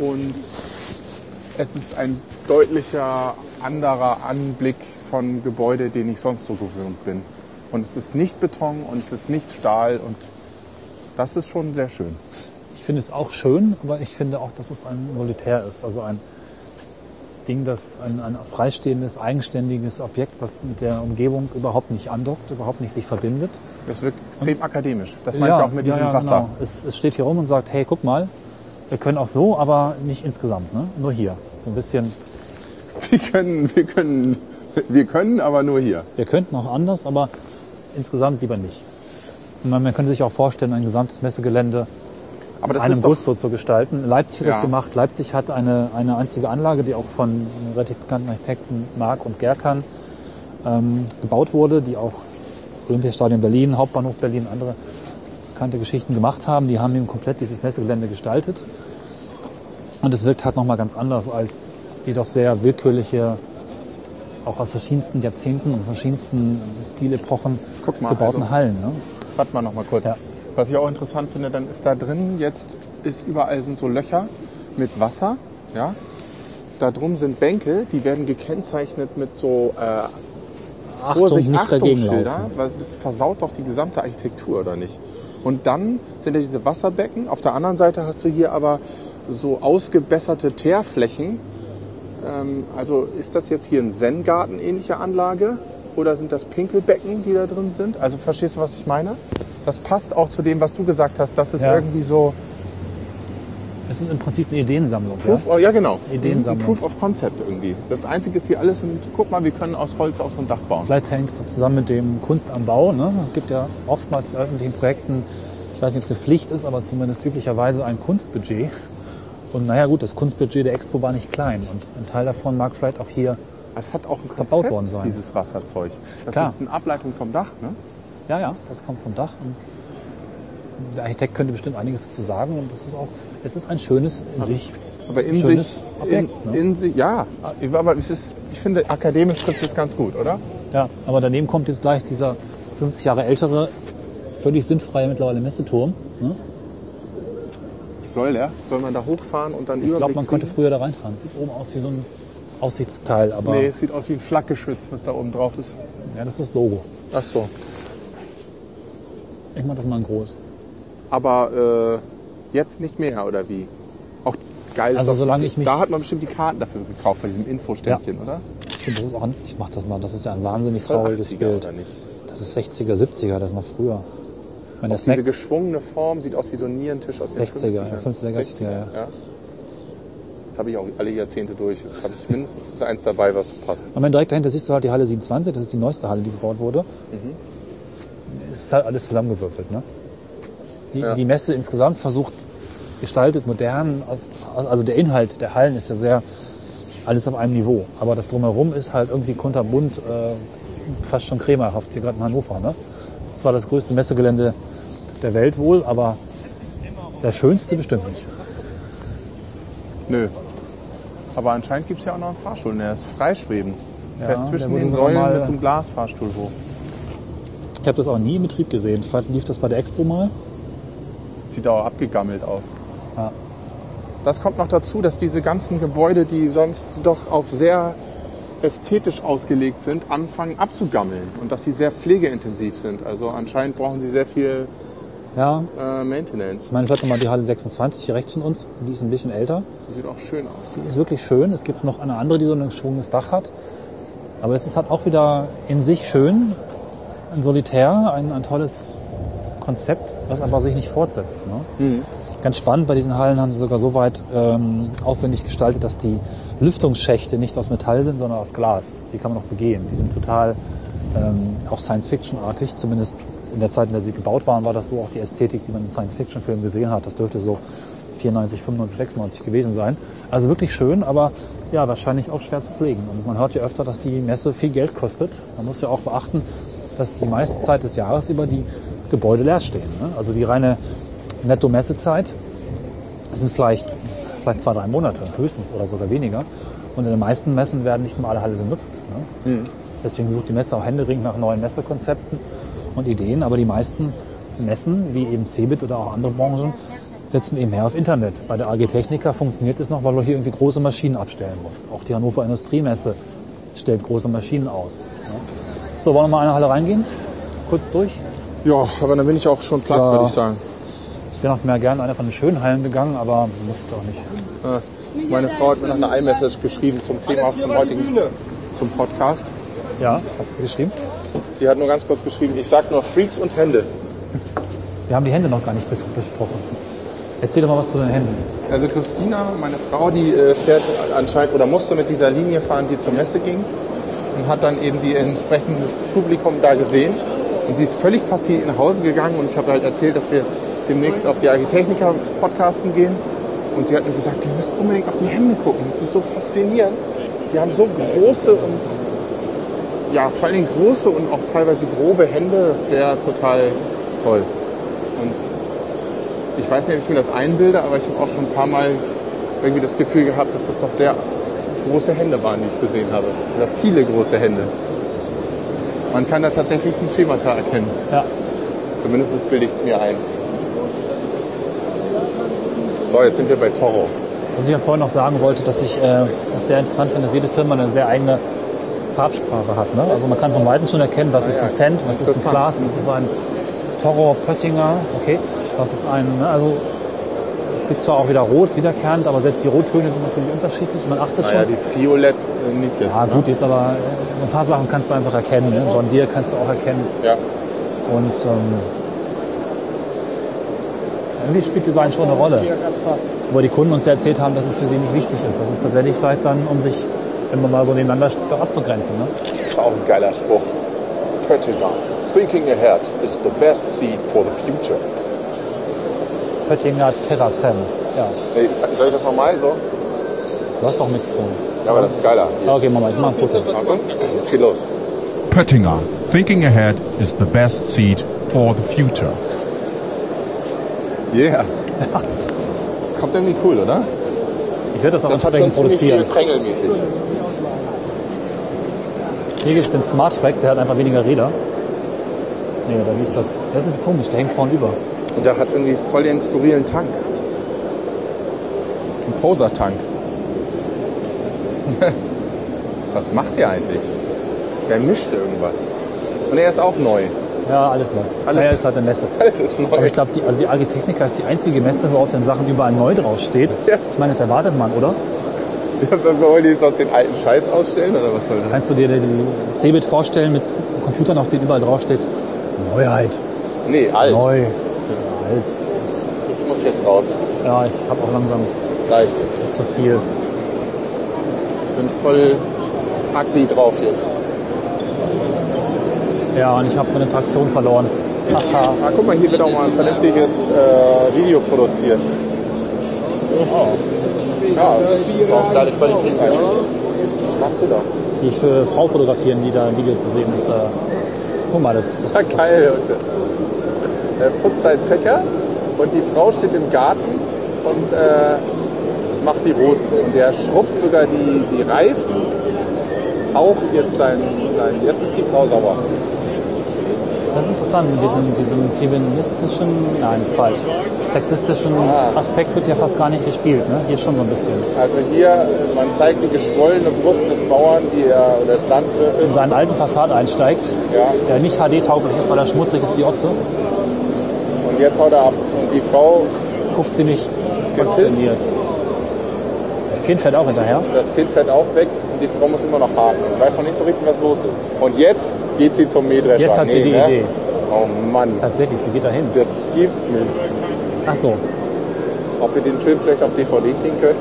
Und es ist ein deutlicher anderer Anblick von Gebäude, den ich sonst so gewöhnt bin. Und es ist nicht Beton und es ist nicht Stahl und das ist schon sehr schön.
Ich finde es auch schön, aber ich finde auch, dass es ein Solitär ist. Also ein Ding, das ein, ein freistehendes, eigenständiges Objekt, was mit der Umgebung überhaupt nicht andockt, überhaupt nicht sich verbindet.
Das wirkt extrem akademisch. Das meine ich auch mit diesem
ja,
Wasser.
Genau. Es, es steht hier rum und sagt, hey, guck mal, Wir können auch so, aber nicht insgesamt, ne? Nur hier. So ein bisschen.
Wir können, wir können, wir können, aber nur hier.
Wir könnten auch anders, aber insgesamt lieber nicht. Und Man, man könnte sich auch vorstellen, ein gesamtes Messegelände
Aber
mit
das
einem
ist doch-
Bus so zu gestalten. Leipzig hat
Ja.
das gemacht. Leipzig hat eine, eine einzige Anlage, die auch von relativ bekannten Architekten Mark und Gerkan ähm, gebaut wurde, die auch Olympiastadion Berlin, Hauptbahnhof Berlin, andere bekannte Geschichten gemacht haben. Die haben eben komplett dieses Messegelände gestaltet. Und es wirkt halt nochmal ganz anders als die doch sehr willkürliche, auch aus verschiedensten Jahrzehnten und verschiedensten Stilepochen
mal,
gebauten
also-
Hallen. Ne?
Warte mal noch mal kurz. Was ich auch interessant finde, dann ist da drin jetzt ist überall sind so Löcher mit Wasser, ja. Da drum sind Bänke, die werden gekennzeichnet mit so äh,
Achtung,
Vorsicht,
nicht
Achtung
dagegen
Schilder,
laufen.
weil das versaut doch die gesamte Architektur oder nicht? Und dann sind ja diese Wasserbecken. Auf der anderen Seite hast du hier aber so ausgebesserte Teerflächen. Ähm, also ist das jetzt hier ein Zen-Garten ähnliche Anlage oder sind das Pinkelbecken, die da drin sind? Also verstehst du, was ich meine? Das passt auch zu dem, was du gesagt hast. Das ist
Ja.
irgendwie so
Es ist im Prinzip eine Ideensammlung.
Proof,
ja?
ja, genau,
Ideensammlung.
Ein Proof of Concept irgendwie. Das Einzige ist hier alles. Und guck mal, wir können aus Holz auch so ein Dach bauen.
Vielleicht hängt es zusammen mit dem Kunst am Bau. Ne? Es gibt ja oftmals bei öffentlichen Projekten, ich weiß nicht, ob es eine Pflicht ist, aber zumindest üblicherweise ein Kunstbudget. Und naja gut, das Kunstbudget der Expo war nicht klein und ein Teil davon mag vielleicht auch hier
es hat auch ein
verbaut
Konzept,
worden sein.
dieses Wasserzeug. Das
Klar.
ist eine Ableitung vom Dach, ne?
Ja, ja, das kommt vom Dach. Und der Architekt könnte bestimmt einiges dazu sagen und das ist auch, es ist ein schönes in sich.
Aber in
schönes
sich,
Objekt,
in,
ne?
in sich, ja. Aber es ist, ich finde, akademisch trifft es ganz gut, oder?
Ja, aber daneben kommt jetzt gleich dieser 50 Jahre ältere, völlig sinnfreie mittlerweile Messeturm. Ne?
Soll der? Soll man da hochfahren und dann
Ich glaube,
Überblick
man könnte
kriegen?
früher da reinfahren. Sieht oben aus wie so ein Aussichtsteil, aber
Nee, es sieht aus wie ein Flakgeschütz, was da oben drauf ist.
ja, das ist das Logo.
Ach so.
Ich mache das mal in groß.
Aber äh, jetzt nicht mehr, oder wie? Auch geil
Also
ist doch-
solange ich mich-
Da hat man bestimmt die Karten dafür gekauft, bei diesem Infoständchen, oder?
Stimmt, das ist auch ein, ich mache das mal, das ist ja ein
Das
wahnsinnig
ist voll
trauriges
80er,
Bild.
oder nicht?
Das ist 60er, 70er, das ist noch früher. Ich meine, der
Diese
Snack,
geschwungene Form sieht aus wie so ein Nierentisch aus den
60er,
50ern.
ja, 50er, 60er, ja.
Jetzt habe ich auch alle Jahrzehnte durch. Jetzt habe ich mindestens eins dabei, was passt.
und wenn direkt dahinter siehst du halt die Halle 27, das ist die neueste Halle, die gebaut wurde. Es ist halt alles zusammengewürfelt. Ne? Die, die Messe insgesamt versucht, gestaltet, modern, aus, also der Inhalt der Hallen ist ja sehr alles auf einem Niveau. Aber das Drumherum ist halt irgendwie kunterbunt, äh, fast schon krämerhaft, hier gerade in Hannover. Ne? Das ist zwar das größte Messegelände der Welt wohl, aber das schönste bestimmt nicht.
Nö. Aber anscheinend gibt es ja auch noch einen Fahrstuhl. Der ist freischwebend.
Ja,
Fährst
der
zwischen
wurde äh,
den
so
Säulen
normal-
mit so einem Glasfahrstuhl hoch.
Ich habe das auch nie in Betrieb gesehen. Vielleicht lief das bei der Expo mal.
Sieht auch abgegammelt aus.
Ja.
Das kommt noch dazu, dass diese ganzen Gebäude, die sonst doch auf sehr ästhetisch ausgelegt sind, anfangen abzugammeln und dass sie sehr pflegeintensiv sind. Also anscheinend brauchen sie sehr viel
Ja,
äh, Maintenance.
ich meine, vielleicht nochmal die Halle 26 hier rechts von uns. Die ist ein bisschen älter.
Sieht auch schön aus.
Die ist wirklich schön. Es gibt noch eine andere, die so ein geschwungenes Dach hat. Aber es ist halt auch wieder in sich schön, ein Solitär, ein, ein tolles Konzept, was aber sich nicht fortsetzt. Ne? Ganz spannend, bei diesen Hallen haben sie sogar so weit ähm, aufwendig gestaltet, dass die Lüftungsschächte nicht aus Metall sind, sondern aus Glas. Die kann man noch begehen. Die sind total ähm, auch Science-Fiction-artig. Zumindest in der Zeit, in der sie gebaut waren, war das so auch die Ästhetik, die man in Science-Fiction-Filmen gesehen hat. Das dürfte so 94, 95, 96 gewesen sein. Also wirklich schön, aber ja, wahrscheinlich auch schwer zu pflegen. Und man hört ja öfter, dass die Messe viel Geld kostet. Man muss ja auch beachten, dass die meiste Zeit des Jahres über die Gebäude leer stehen. Ne? Also die reine Netto-Messezeit sind vielleicht, vielleicht zwei, drei Monate höchstens oder sogar weniger. Und in den meisten Messen werden nicht mal alle Halle genutzt. Ne? Deswegen sucht die Messe auch händeringend nach neuen Messekonzepten und Ideen. Aber die meisten Messen, wie eben Cebit oder auch andere Branchen, setzen eben mehr auf Internet. Bei der AG Technica funktioniert es noch, weil du hier irgendwie große Maschinen abstellen musst. Auch die Hannover Industriemesse stellt große Maschinen aus. Ne? So, wollen wir mal in eine Halle reingehen? Kurz durch.
Ja, aber dann bin ich auch schon platt,
Ja.
würde ich sagen.
Ich wäre noch mehr gerne in eine von den schönen Hallen gegangen, aber muss jetzt auch nicht.
Äh, Meine Frau hat mir noch eine Eilmessage geschrieben zum Thema zum heutigen zum Podcast.
Ja, hast du geschrieben?
Sie hat nur ganz kurz geschrieben, ich sag nur Freaks und Hände.
Wir haben die Hände noch gar nicht be- besprochen. Erzähl doch mal was zu deinen Händen.
Also Christina, meine Frau, die äh, fährt anscheinend oder musste mit dieser Linie fahren, die zur Messe ging und hat dann eben die entsprechendes Publikum da gesehen. Und sie ist völlig fasziniert nach Hause gegangen und ich habe halt erzählt, dass wir demnächst auf die Architechniker podcasten gehen. Und sie hat mir gesagt, ihr müsst unbedingt auf die Hände gucken. Das ist so faszinierend. Die haben so große und ja, vor allen Dingen große und auch teilweise grobe Hände. Das wäre total toll. Und ich weiß nicht, ob ich mir das einbilde, aber ich habe auch schon ein paar Mal irgendwie das Gefühl gehabt, dass das doch sehr große Hände waren, die ich gesehen habe. Oder viele große Hände. Man kann da tatsächlich ein Schemata erkennen.
Ja.
Zumindest bilde ich es mir ein. So, jetzt sind wir bei Toro.
Was ich ja vorhin noch sagen wollte, dass ich äh, das sehr interessant finde, dass jede Firma eine sehr eigene Farbsprache hat. Ne? Also man kann von Weitem schon erkennen, was ist ein Fendt, was ist ein Glas, was ist ein Toro Pöttinger, okay, was ist ein, ne? also es gibt zwar auch wieder Rot, wiederkehrend, aber selbst die Rottöne sind natürlich unterschiedlich. Man achtet
Naja,
schon.
die Triolet äh, nicht jetzt.
Ja,
ne?
gut, jetzt aber äh, so ein paar Sachen kannst du einfach erkennen. Ne? John Deere kannst du auch erkennen.
Ja.
Und ähm, irgendwie spielt Design schon eine Rolle. Wo die Kunden uns ja erzählt haben, dass es für sie nicht wichtig ist. Das ist tatsächlich vielleicht dann, um sich, wenn man mal so nebeneinander steht, auch abzugrenzen. Ne?
Das ist auch ein geiler Spruch. Pöttinger. Thinking ahead is the best seed for the future.
Pöttinger Terrasem. Ja.
Ey, soll ich das nochmal so?
Du hast doch Mikrofon.
Ja, aber das ist geiler.
Okay, Mama, ich mach ein Foto.
Jetzt geht los.
Pöttinger. Thinking ahead is the best seed for the future.
Yeah. Das kommt irgendwie cool, oder?
Ich werde das auch
Das hat schon
entsprechend
ziemlich viel
produzieren.
Krängelmäßig.
Hier gibt es den Smart Track, der hat einfach weniger Räder. Nee, oder wie ist das? Der ist irgendwie komisch, der hängt vorne über.
Und der hat irgendwie voll den skurrilen Tank. Das ist ein Poser-Tank. Was macht der eigentlich? Der mischt irgendwas. Und er ist auch neu.
Ja, alles neu.
Alles-
Alles ist halt eine Messe.
Alles ist neu.
Aber ich glaube, die, also die Agitechnica ist die einzige Messe, wo auf den Sachen überall neu draufsteht. Ich meine, das erwartet man, oder?
Wollen die sonst den alten Scheiß ausstellen oder was soll das?
Kannst du dir die Cebit vorstellen mit Computern, auf denen überall draufsteht? Neuheit.
Nee, alt.
Neu. Alt. Das-
Ich muss jetzt raus.
Ja, ich habe auch langsam.
Das reicht.
Das ist zu viel.
Ich bin voll ugly drauf jetzt.
Ja, und ich habe meine Traktion verloren. Haha.
Ah, guck mal, hier wird auch mal ein vernünftiges äh, Video produziert. Ja, das ist auch deine Qualität eigentlich. Was machst du da?
die ich für Frau fotografieren, die da im Video zu sehen ist. Äh, guck mal, das, das
Ja,
ist doch-
geil. Und, äh, er putzt seinen Fächer und die Frau steht im Garten und äh, macht die Rosen. Und er schrubbt sogar die, die Reifen. Auch jetzt sein, sein. Jetzt ist die Frau sauer.
Das ist interessant, mit diesem, diesem feministischen, nein, falsch, sexistischen Aspekt wird ja fast gar nicht gespielt, ne? Hier schon so ein bisschen.
Also hier, man zeigt die geschwollene Brust des Bauern, die er, oder des
In
Landwirtes.
seinen alten Passat einsteigt, der nicht HD-tauglich ist, weil er schmutzig ist wie Otze,
Und jetzt haut er ab. Und die Frau
guckt ziemlich
Gefisst.
konsterniert. Das Kind fährt auch hinterher.
Das Kind fährt auch weg und die Frau muss immer noch haken. Ich weiß noch nicht so richtig, was los ist. Und jetzt geht sie zum Mähdrescher.
Jetzt hat sie die
ne?
Idee.
Oh Mann.
Tatsächlich, sie geht dahin.
Das gibt's nicht.
Ach so.
Ob wir den Film vielleicht auf DVD kriegen können?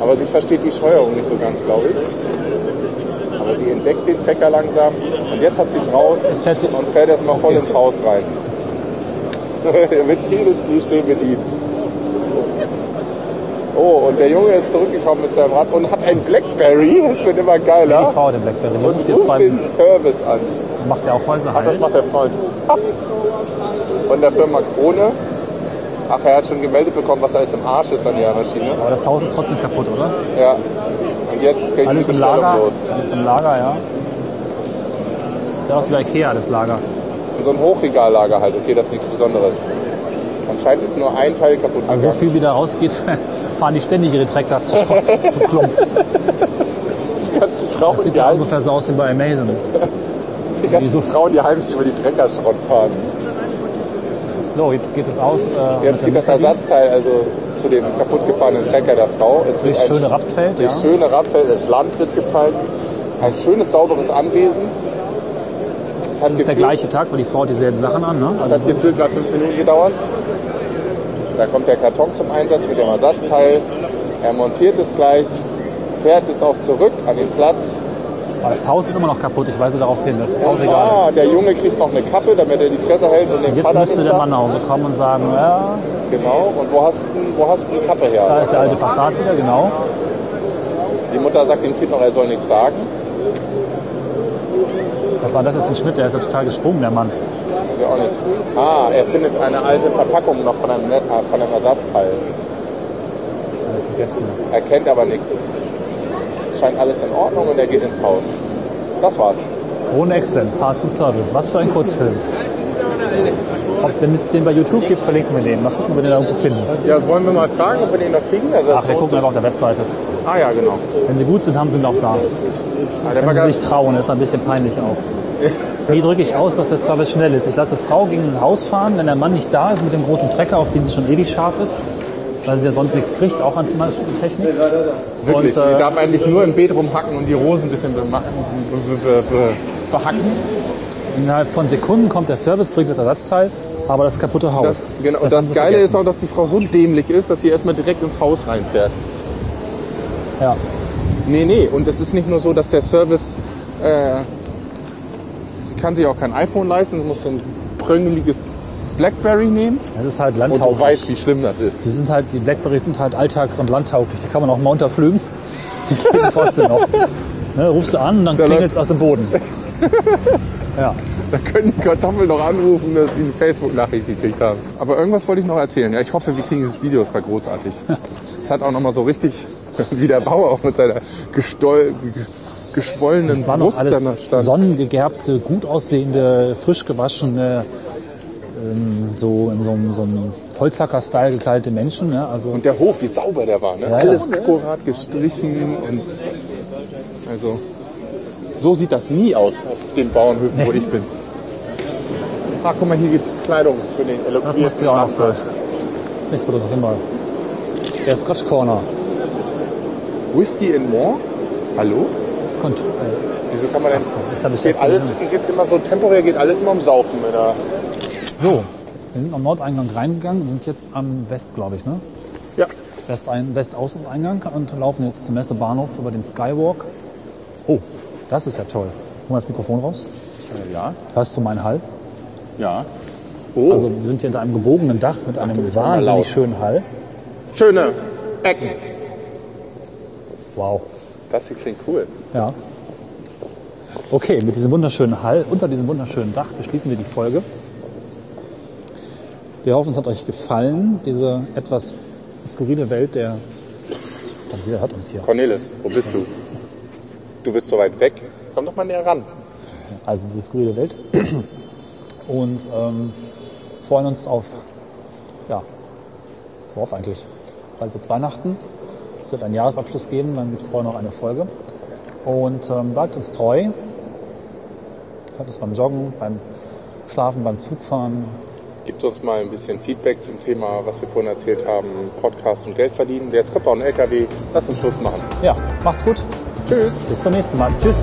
Aber sie versteht die Steuerung nicht so ganz, glaube ich. Aber sie entdeckt den Trecker langsam und jetzt hat sie es raus und fährt erstmal voll ins Haus rein. Mit jedes Klischee bedient. Oh, und der Junge ist zurückgekommen mit seinem Rad und hat ein Blackberry. Das wird immer geiler.
Die Frau hat den Blackberry. Die ruft
Und
jetzt
ruft
beim-
den Service an.
Macht er auch Häuser halt.
Ach, das
heil?
macht der Freund. Von der Firma Krone. Ach, er hat schon gemeldet bekommen, was alles im Arsch ist an der Maschine.
Aber das Haus ist trotzdem kaputt, oder?
Ja. Und jetzt geht
Alles
die
im
Bestellung
Lager.
los.
Alles im Lager, ja. Sieht aus wie bei Ikea, das Lager.
So ein Hochregallager halt. Okay, das ist nichts Besonderes. Anscheinend ist nur ein Teil kaputt
Also so
gegangen.
viel wie da rausgeht, fahren die ständig ihre Trecker zu Schrott, zu Klump.
Die ganzen Frauen,
Das sieht ja ungefähr so aus wie bei Amazon.
die, ganzen Frauen, die heimlich über die Treckerschrott fahren.
So, jetzt geht es aus. Äh,
Jetzt geht das Ersatzteil also zu dem kaputtgefahrenen Trecker der Frau. Es
Durch
wird ein-
schöne Rapsfeld,
Durch
ja.
Also, schöne Rapsfeld, das Land wird gezeigt. Ein schönes, sauberes Anwesen. Das, hat
Das ist der
gefühlt-
gleiche Tag, weil die Frau hat dieselben Sachen an, ne?
Das hat gefühlt gerade fünf Minuten gedauert. Da kommt der Karton zum Einsatz mit dem Ersatzteil. Er montiert es gleich, fährt es auch zurück an den Platz.
Aber das Haus ist immer noch kaputt, ich weise darauf hin, dass das Haus egal
Ah,
ist.
der Junge kriegt noch eine Kappe, damit er die Fresse hält und den
Jetzt
Vater
müsste
nicht
der
sagt.
Mann nach Hause kommen und sagen, ja,
Genau, und wo hast du wo hast du die Kappe her?
da ist der alte Passat wieder, genau.
Die Mutter sagt dem Kind noch, er soll nichts sagen.
Was war das jetzt für ein Schnitt? Der ist ja total gesprungen, der Mann.
Weiß ich auch nicht. Ah, er findet eine alte Verpackung noch von einem, äh, von einem Ersatzteil. Er kennt aber nichts. Es scheint alles in Ordnung und er geht ins Haus. Das war's.
Krone Excellent, Parts and Service. Was für ein Kurzfilm. Ob denn es den bei YouTube gibt, verlinken wir den. Mal gucken, ob wir den irgendwo finden.
Ja, wollen wir mal fragen, ob wir den noch kriegen? Also
Ach, wir gucken einfach auf der Webseite.
Ah ja, genau. Ah,
Wenn sie gut sind, haben sie ihn auch da.
der war
Wenn sie
ganz-
sich trauen, ist ein bisschen peinlich auch. Wie drücke ich aus, dass der Service schnell ist? Ich lasse Frau gegen ein Haus fahren, wenn der Mann nicht da ist mit dem großen Trecker, auf den sie schon ewig scharf ist, weil sie ja sonst nichts kriegt, auch an Technik.
Wirklich,
Und,
die
äh,
darf eigentlich nur im Beet rumhacken und die Rosen ein bisschen bemachen, be, be, be, behacken.
Innerhalb von Sekunden kommt der Service, bringt das Ersatzteil, aber das kaputte Haus.
Das, genau, und
haben
das
sie
Geile
vergessen.
ist auch, dass die Frau so dämlich ist, dass sie erstmal direkt ins Haus reinfährt.
Ja.
Nee, nee, und es ist nicht nur so, dass der Service. Äh, sie kann sich auch kein iPhone leisten, sie muss so ein pröngeliges Blackberry nehmen.
Das ist halt
Und
landtauglich.
du weißt, wie schlimm das ist.
Die sind halt, die Blackberries sind halt alltags- und landtauglich. Die kann man auch mal unterflügen. Die gehen trotzdem noch. Ne, rufst du an und dann klingelt es aus dem Boden. Ja.
Da können die Kartoffeln noch anrufen, dass sie eine Facebook-Nachricht gekriegt haben. Aber irgendwas wollte ich noch erzählen. Ja, ich hoffe, wir kriegen dieses Video. Es war großartig. Es hat auch noch mal so richtig, wie der Bauer auch mit seiner gestoll, ge- geschwollenen
Das waren noch
Brust
alles
dann stand.
sonnengegerbte, gut aussehende, frisch gewaschene, ähm, so in so einem, so einem Holzhacker-Style gekleidete Menschen. Ne? Also und
der Hof, wie sauber der war. Ne? Alles akkurat gestrichen und also so sieht das nie aus auf den Bauernhöfen, wo ich bin. Ah, guck mal, hier gibt es Kleidung für den
Das muss
eloquierten
ja auch noch sein.
Nachwuchs.
Ich würde doch immer. Der Scotch Corner.
Whisky and More? Hallo?
Kontro
Wieso kann man denn?
jetzt hab ich
es geht
das
alles, geht immer so temporär, geht alles immer um Saufen. Wenn er,
So, wir sind am Nordeingang reingegangen und sind jetzt am West, glaube ich, ne?
Ja.
Westein, Westaußeneingang und laufen jetzt zum Messebahnhof über den Skywalk. Oh, das ist ja toll. Hol mal das Mikrofon raus.
Ja.
Hörst du meinen Hall?
Ja.
Also wir sind hier unter einem gebogenen Dach mit einem
war mal laut.
wahnsinnig schönen Hall.
Schöne Ecken.
Wow.
Das hier klingt cool.
Ja. Okay, mit diesem wunderschönen Hall, unter diesem wunderschönen Dach beschließen wir die Folge. Wir hoffen, es hat euch gefallen, diese etwas skurrile Welt der... Oh, Jeder hört uns hier.
Cornelis, wo bist du? Du bist so weit weg. Komm doch mal näher ran.
Also diese skurrile Welt. Und ähm, freuen uns auf, ja, worauf eigentlich? Bald wird's Weihnachten. Es wird einen Jahresabschluss geben, dann gibt's vorher noch eine Folge. Und ähm, bleibt uns treu. Hört uns beim Joggen, beim Schlafen, beim Zugfahren.
Gibt uns mal ein bisschen Feedback zum Thema, was wir vorhin erzählt haben, Podcast und Geld verdienen. Jetzt kommt auch ein LKW. Lass uns Schluss machen.
Ja, macht's gut.
Tschüss.
Bis zum nächsten Mal. Tschüss.